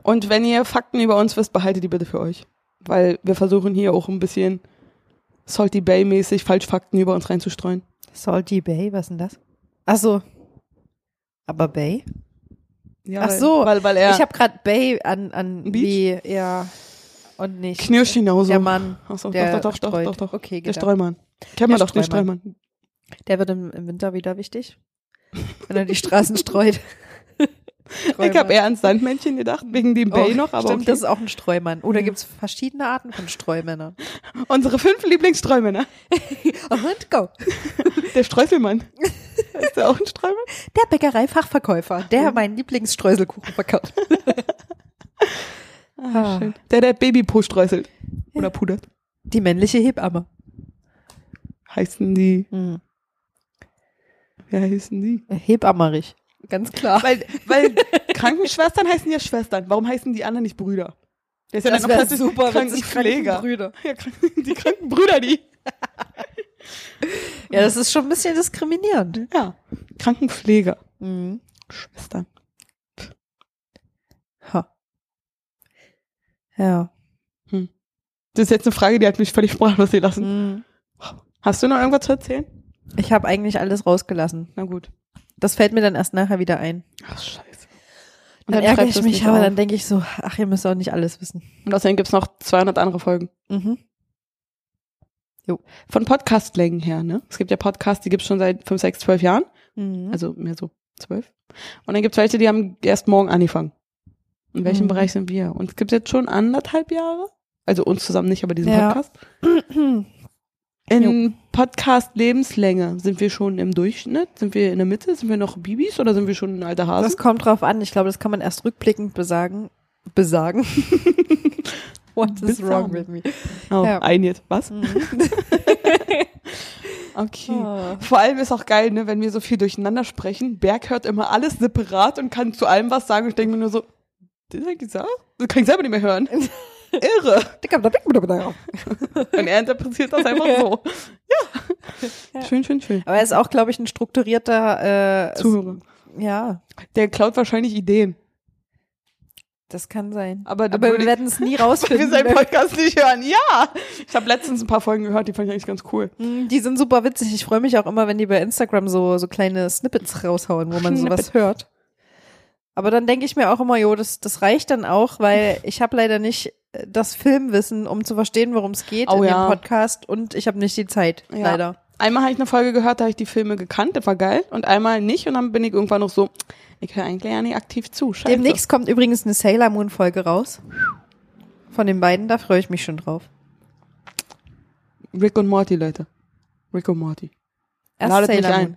S2: Und wenn ihr Fakten über uns wisst, behaltet die bitte für euch. Weil wir versuchen hier auch ein bisschen Salty Bay-mäßig Falschfakten über uns reinzustreuen.
S3: Salty Bay, was ist denn das? Ach so. Aber Bay?
S2: Ja,
S3: Ach
S2: weil-
S3: so,
S2: weil, weil er
S3: Ich habe gerade Bay an, an
S2: Beach?
S3: wie, ja. Und nicht.
S2: Knirsch genauso.
S3: Der Mann,
S2: Ach so,
S3: der
S2: doch, doch, doch,
S3: streut.
S2: doch, doch, doch.
S3: Okay,
S2: Der
S3: genau.
S2: Streumann. Kennt man
S3: Der
S2: doch, den
S3: Streumann.
S2: Streumann.
S3: Der wird im, im Winter wieder wichtig, wenn er die Straßen streut.
S2: Ich habe eher ans Sandmännchen gedacht, wegen dem Bay
S3: Oh,
S2: noch, aber
S3: Stimmt,
S2: okay.
S3: das ist auch ein Streumann. Oder gibt's verschiedene Arten von Streumännern?
S2: unsere fünf Lieblingsstreumänner.
S3: Und go.
S2: Der Streuselmann. ist der auch ein Streumann?
S3: Der Bäckerei-Fachverkäufer, der meinen Lieblingsstreuselkuchen verkauft. Ah,
S2: Schön. Der, der Babypo streuselt. Oder pudert.
S3: Die männliche Hebamme.
S2: Heißen die,
S3: Mhm.
S2: wie heißen die?
S3: Äh, Hebammerich. Ganz klar.
S2: Weil, weil Krankenschwestern heißen ja Schwestern. Warum heißen die anderen nicht Brüder? Der ist ja dann auch
S3: wär
S2: plötzlich
S3: witzig,
S2: Krankenpfleger.
S3: Brüder.
S2: Ja, Kranken- die Krankenbrüder, die.
S3: Ja, das ist schon ein bisschen diskriminierend.
S2: Ja. Krankenpfleger.
S3: Mhm.
S2: Schwestern.
S3: Ha. Ja.
S2: Das ist jetzt eine Frage, die hat mich völlig sprachlos gelassen.
S3: Mhm.
S2: Hast du noch irgendwas zu erzählen?
S3: Ich habe eigentlich alles rausgelassen.
S2: Na gut.
S3: Das fällt mir dann erst nachher wieder ein.
S2: Ach, scheiße.
S3: Dann, ärgere ich mich, aber
S2: aber
S3: dann denke ich so, ach, ihr müsst auch nicht alles wissen.
S2: Und außerdem gibt's noch 200 andere Folgen.
S3: Mhm.
S2: Von Podcastlängen her, ne? Es gibt ja Podcasts, die gibt's schon seit 5, 6, 12 Jahren.
S3: Mhm.
S2: Also mehr so 12. Und dann gibt's welche, die haben erst morgen angefangen. In welchem
S3: Mhm.
S2: Bereich sind wir? Und es gibt jetzt schon anderthalb Jahre, also uns zusammen nicht, aber diesen
S3: Ja.
S2: Podcast.
S3: Mhm.
S2: In Podcast-Lebenslänge sind wir schon im Durchschnitt? Sind wir in der Mitte? Sind wir noch Bibis oder sind wir schon ein alter Hase?
S3: Das kommt drauf an. Ich glaube, das kann man erst rückblickend besagen. Besagen. What is wrong
S2: Besagen.
S3: with me?
S2: Oh,
S3: ja. Mhm.
S2: ein jetzt. Was? Mhm. Okay.
S3: Ah.
S2: Vor allem ist auch geil, ne, wenn wir so viel durcheinander sprechen. Berg hört immer alles separat und kann zu allem was sagen. Ich denke mir nur so, das ist eigentlich Sache? Das kann ich selber nicht mehr hören. Irre. Und er interpretiert das einfach so. Ja. Schön, schön, schön.
S3: Aber er ist auch, glaube ich, ein strukturierter. Äh,
S2: Zuhörer.
S3: ja,
S2: Der klaut wahrscheinlich Ideen.
S3: das kann sein.
S2: Aber,
S3: Aber wir werden es nie
S2: wir
S3: rausfinden.
S2: seinen Podcast nicht hören. Ja. Ich habe letztens ein paar Folgen gehört, die fand ich eigentlich ganz cool.
S3: Mm, Die sind super witzig. Ich freue mich auch immer, wenn die bei Instagram so, so kleine Snippets raushauen, wo man sowas hört. Aber dann denke ich mir auch immer, jo, das, das reicht dann auch, weil ich habe leider nicht äh, das Filmwissen, um zu verstehen, worum es geht
S2: Oh
S3: in
S2: ja.
S3: dem Podcast und ich habe nicht die Zeit,
S2: Ja.
S3: leider.
S2: Einmal habe ich eine Folge gehört, da habe ich die Filme gekannt, das war geil. Und einmal nicht. Und dann bin ich irgendwann noch so, ich höre eigentlich ja nicht aktiv zu. Scheiße.
S3: Demnächst kommt übrigens eine Sailor Moon Folge raus. Von den beiden, da freue ich mich schon drauf.
S2: Rick und Morty, Leute. Rick und Morty.
S3: Erst
S2: Ladet
S3: Sailor
S2: mich
S3: Moon.
S2: ein.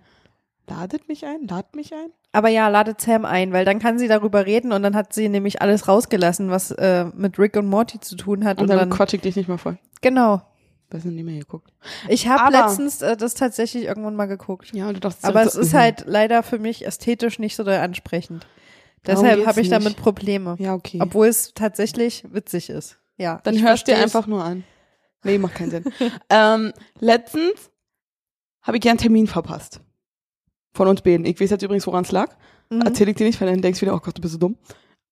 S2: Ladet mich ein? Lad mich ein?
S3: Aber ja, ladet Sam ein, weil dann kann sie darüber reden und dann hat sie nämlich alles rausgelassen, was äh, mit Rick und Morty zu tun hat.
S2: Und dann quatsch ich dich nicht mehr voll.
S3: genau.
S2: Wir sind nicht mehr geguckt.
S3: Ich habe
S2: Aber-
S3: letztens äh, das tatsächlich irgendwann mal geguckt.
S2: Ja, du dachtest,
S3: Aber
S2: so-
S3: es ist halt leider für mich ästhetisch nicht so doll ansprechend.
S2: Darum
S3: Deshalb
S2: geht's
S3: habe ich damit
S2: nicht.
S3: Probleme.
S2: Ja, okay.
S3: Obwohl es tatsächlich witzig ist. Ja.
S2: dann
S3: ich
S2: hörst du dir
S3: versteh's.
S2: einfach nur an. Nee, macht keinen Sinn. ähm, letztens habe ich ja einen Termin verpasst. Von uns beiden. Ich weiß jetzt übrigens, woran es lag.
S3: Mhm.
S2: Erzähl ich dir nicht, weil dann denkst du wieder, oh Gott, du bist so dumm.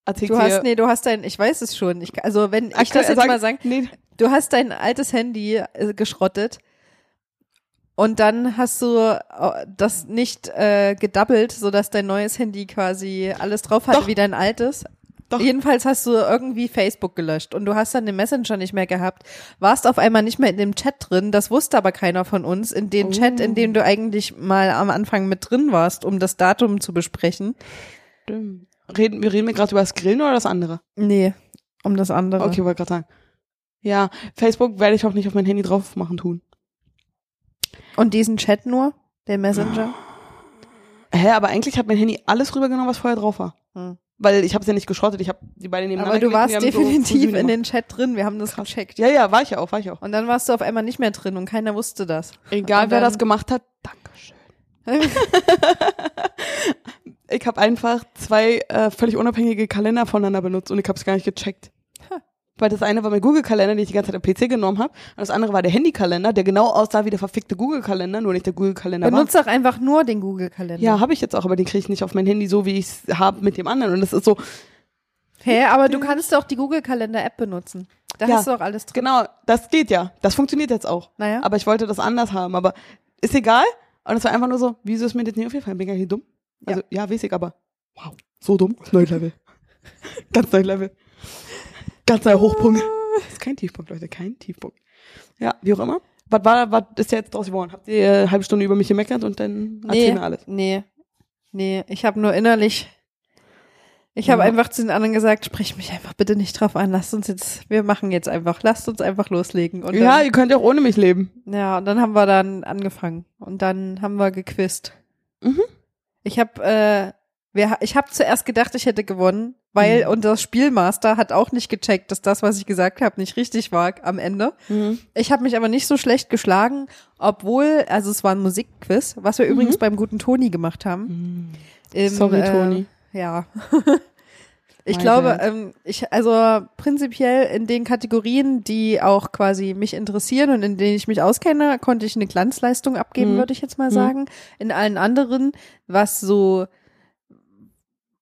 S2: Erzähl ich
S3: Du
S2: dir.
S3: hast, nee, du hast dein, ich weiß es schon. Ich, also wenn ich
S2: Aktuell
S3: das jetzt mal sagen,
S2: Nee,
S3: Du hast dein altes Handy äh, geschrottet und dann hast du äh, das nicht äh, gedoppelt, sodass dein neues Handy quasi alles drauf hatte
S2: Doch.
S3: wie dein altes.
S2: Doch.
S3: Jedenfalls hast du irgendwie Facebook gelöscht und du hast dann den Messenger nicht mehr gehabt, warst auf einmal nicht mehr in dem Chat drin, das wusste aber keiner von uns, in den Chat, in
S2: Oh.
S3: dem du eigentlich mal am Anfang mit drin warst, um das Datum zu besprechen.
S2: Stimmt. Reden, wir reden gerade über das Grillen oder das andere?
S3: Nee, um das andere.
S2: Okay, wollte gerade sagen. Ja, Facebook werde ich auch nicht auf mein Handy drauf machen tun.
S3: Und diesen Chat nur, den Messenger?
S2: Hä, aber eigentlich hat mein Handy alles rübergenommen, was vorher drauf war.
S3: Hm.
S2: Weil ich habe es ja nicht geschrottet, ich habe die beiden nebeneinander
S3: Aber du
S2: gelegt und
S3: warst
S2: die haben so
S3: definitiv
S2: Fusion
S3: in
S2: gemacht.
S3: den Chat drin, wir haben das gecheckt.
S2: Ja, ja, war ich ja auch, war ich auch.
S3: Und dann warst du auf einmal nicht mehr drin und keiner wusste das.
S2: Egal,
S3: Und
S2: wer
S3: dann-
S2: das gemacht hat, Dankeschön. ich habe einfach zwei äh, völlig unabhängige Kalender voneinander benutzt und ich habe es gar nicht gecheckt. Weil das eine war mein Google-Kalender, den ich die ganze Zeit am PC genommen habe. Und das andere war der Handy-Kalender, der genau aussah wie der verfickte Google-Kalender, nur nicht der Google-Kalender war.
S3: Benutzt doch einfach nur den Google-Kalender.
S2: Ja, habe ich jetzt auch, aber den kriege ich nicht auf mein Handy so, wie ich es habe mit dem anderen. Und das ist so,
S3: Hä, aber du kannst doch die Google-Kalender-App benutzen. Da
S2: Ja,
S3: hast du doch alles drin.
S2: genau, das geht ja. Das funktioniert jetzt auch.
S3: Naja.
S2: Aber ich wollte das anders haben, aber ist egal. Und es war einfach nur so, wieso ist mir das nicht aufgefallen? Bin ich eigentlich dumm? Also, ja, weiß ich, aber wow, so dumm. Neues Level. Ganz neues Level. Ganz neuer Hochpunkt. Das ist kein Tiefpunkt, Leute, kein Tiefpunkt. Ja, wie auch immer. Was war, was ist ja jetzt draus geworden? Habt ihr eine halbe Stunde über mich gemeckert und dann Genau. erzähl mir alles.
S3: Nee. Nee, ich habe nur innerlich. Ich habe
S2: Ja.
S3: einfach zu den anderen gesagt, sprich mich einfach bitte nicht drauf an. Lasst uns jetzt, wir machen jetzt einfach, lasst uns einfach loslegen. Und
S2: Ja,
S3: dann,
S2: ihr könnt ja auch ohne mich leben.
S3: ja, und dann haben wir dann angefangen und dann haben wir gequist.
S2: Mhm.
S3: Ich habe, äh, wir, ha- ich habe zuerst gedacht, ich hätte gewonnen, weil
S2: Mhm.
S3: unser Spielmaster hat auch nicht gecheckt, dass das, was ich gesagt habe, nicht richtig war am Ende. Ich habe mich aber nicht so schlecht geschlagen, obwohl, also es war ein Musikquiz, was wir übrigens beim guten Toni gemacht haben. Im,
S2: Mhm. Sorry,
S3: äh,
S2: Toni.
S3: Ja. ich
S2: My
S3: glaube,
S2: bad.
S3: ähm, ich, also prinzipiell in den Kategorien, die auch quasi mich interessieren und in denen ich mich auskenne, konnte ich eine Glanzleistung abgeben,
S2: Mhm.
S3: würde ich jetzt mal sagen. In allen anderen, was so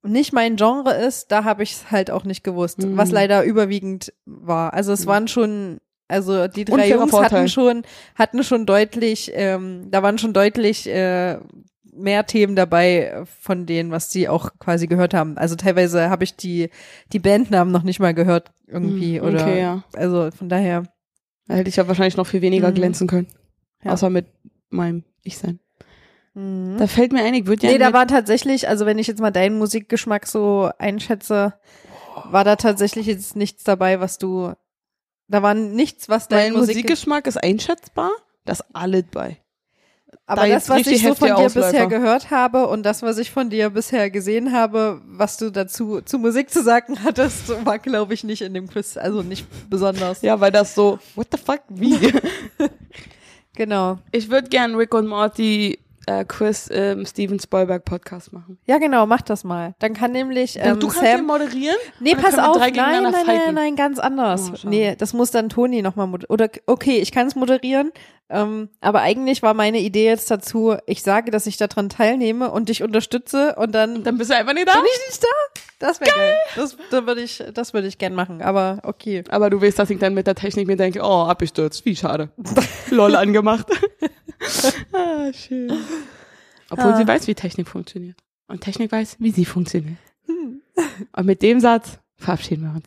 S3: nicht mein Genre ist, da habe ich es halt auch nicht gewusst,
S2: Mhm.
S3: was leider überwiegend war. Also es waren schon, also die drei
S2: Unfairer
S3: Jungs hatten
S2: Vorteil.
S3: schon, hatten schon deutlich, ähm, da waren schon deutlich äh, mehr Themen dabei äh, von denen, was die auch quasi gehört haben. Also teilweise habe ich die, die Bandnamen noch nicht mal gehört irgendwie
S2: Mhm,
S3: oder.
S2: okay, ja.
S3: Also von daher.
S2: Da hätte ich ja wahrscheinlich noch viel weniger
S3: Mhm.
S2: glänzen können.
S3: Ja.
S2: Außer mit meinem Ich-Sein.
S3: Mhm.
S2: Da fällt mir ein, ich würde ja.
S3: Nee, da
S2: mit-
S3: war tatsächlich, also wenn ich jetzt mal deinen Musikgeschmack so einschätze, war da tatsächlich jetzt nichts dabei, was du. Da war nichts, was dein
S2: mein
S3: Musik,
S2: Musikgeschmack ist einschätzbar. Das alles bei.
S3: Aber
S2: da
S3: das,
S2: jetzt
S3: was
S2: richtig
S3: ich so von dir
S2: heftige
S3: bisher
S2: Ausläufer.
S3: gehört habe und das, was ich von dir bisher gesehen habe, was du dazu zu Musik zu sagen hattest, war, glaube ich, nicht in dem Quiz, also nicht besonders.
S2: Ja, weil das so, what the fuck, wie?
S3: Genau.
S2: ich würde gern Rick und Morty äh, Quiz im Steven Spielberg Podcast machen.
S3: Ja, genau, mach das mal. Dann kann nämlich ähm,
S2: du kannst den
S3: Sam.
S2: moderieren?
S3: Nee,
S2: und dann
S3: pass
S2: können wir
S3: auf,
S2: drei
S3: nein, nein,
S2: gegeneinander
S3: nein, nein,
S2: fighten.
S3: nein, ganz anders.
S2: Oh, schade.
S3: nee, das muss dann Toni nochmal moderieren. Oder okay, ich kann es moderieren, ähm, aber eigentlich war meine Idee jetzt dazu, ich sage, dass ich daran teilnehme und dich unterstütze und dann
S2: Dann bist du einfach nicht da.
S3: Bin ich nicht da? Das wäre geil. Das, da würde ich, das würde ich gern machen, aber okay.
S2: Aber du weißt, dass ich dann mit der Technik mir denke, oh, abgestürzt, wie schade. Lol angemacht. ah, schön. Obwohl
S3: Ah.
S2: sie weiß, wie Technik funktioniert. Und Technik weiß, wie sie funktioniert. Und mit dem Satz verabschieden wir uns.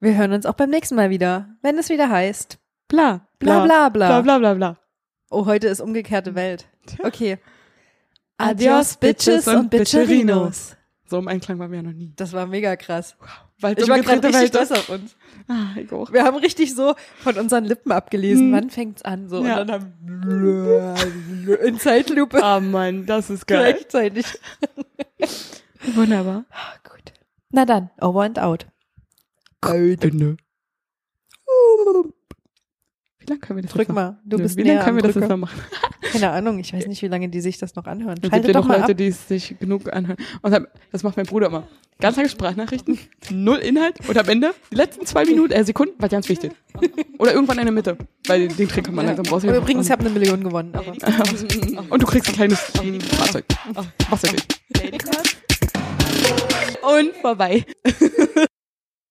S3: Wir hören uns auch beim nächsten Mal wieder, wenn es wieder heißt.
S2: Bla,
S3: Bla bla bla.
S2: Bla, bla, bla, bla.
S3: Oh, heute ist umgekehrte Welt. Okay.
S2: Hm. Adios, Bitches und
S3: Bitcherinos.
S2: So im Einklang waren wir ja noch nie.
S3: Das war mega krass.
S2: Halt Weil
S3: Ich war gerade richtig
S2: ne?
S3: stolz auf uns.
S2: Ah, ich auch.
S3: Wir haben richtig so von unseren Lippen abgelesen.
S2: Hm.
S3: Wann fängt's an? So.
S2: Ja.
S3: Und dann haben in Zeitlupe
S2: Ah, Mann, das ist geil.
S3: gleichzeitig.
S2: Wunderbar.
S3: Ah, gut. Na dann, over and out.
S2: Ende. Wie lange können wir das
S3: Drück
S2: jetzt noch-
S3: mal. Du
S2: Nö,
S3: bist
S2: Wie
S3: näher
S2: lange können
S3: am
S2: wir das
S3: Drücker.
S2: jetzt noch machen?
S3: Keine Ahnung, ich weiß nicht, wie lange die sich das noch anhören.
S2: Es gibt ja
S3: Schaltet doch
S2: noch
S3: mal
S2: Leute,
S3: ab.
S2: die es sich genug anhören. Und dann, das macht mein Bruder immer. Ganz lange Sprachnachrichten, null Inhalt und am Ende, die letzten zwei Minuten, äh, Sekunden, was ganz wichtig. Oder irgendwann in der Mitte. Weil den Trick kann man langsam raus.
S3: Aber übrigens, ich habe eine Million gewonnen. Aber.
S2: Und du kriegst ein kleines Fahrzeug.
S3: Oh.
S2: Was ist
S6: Und vorbei.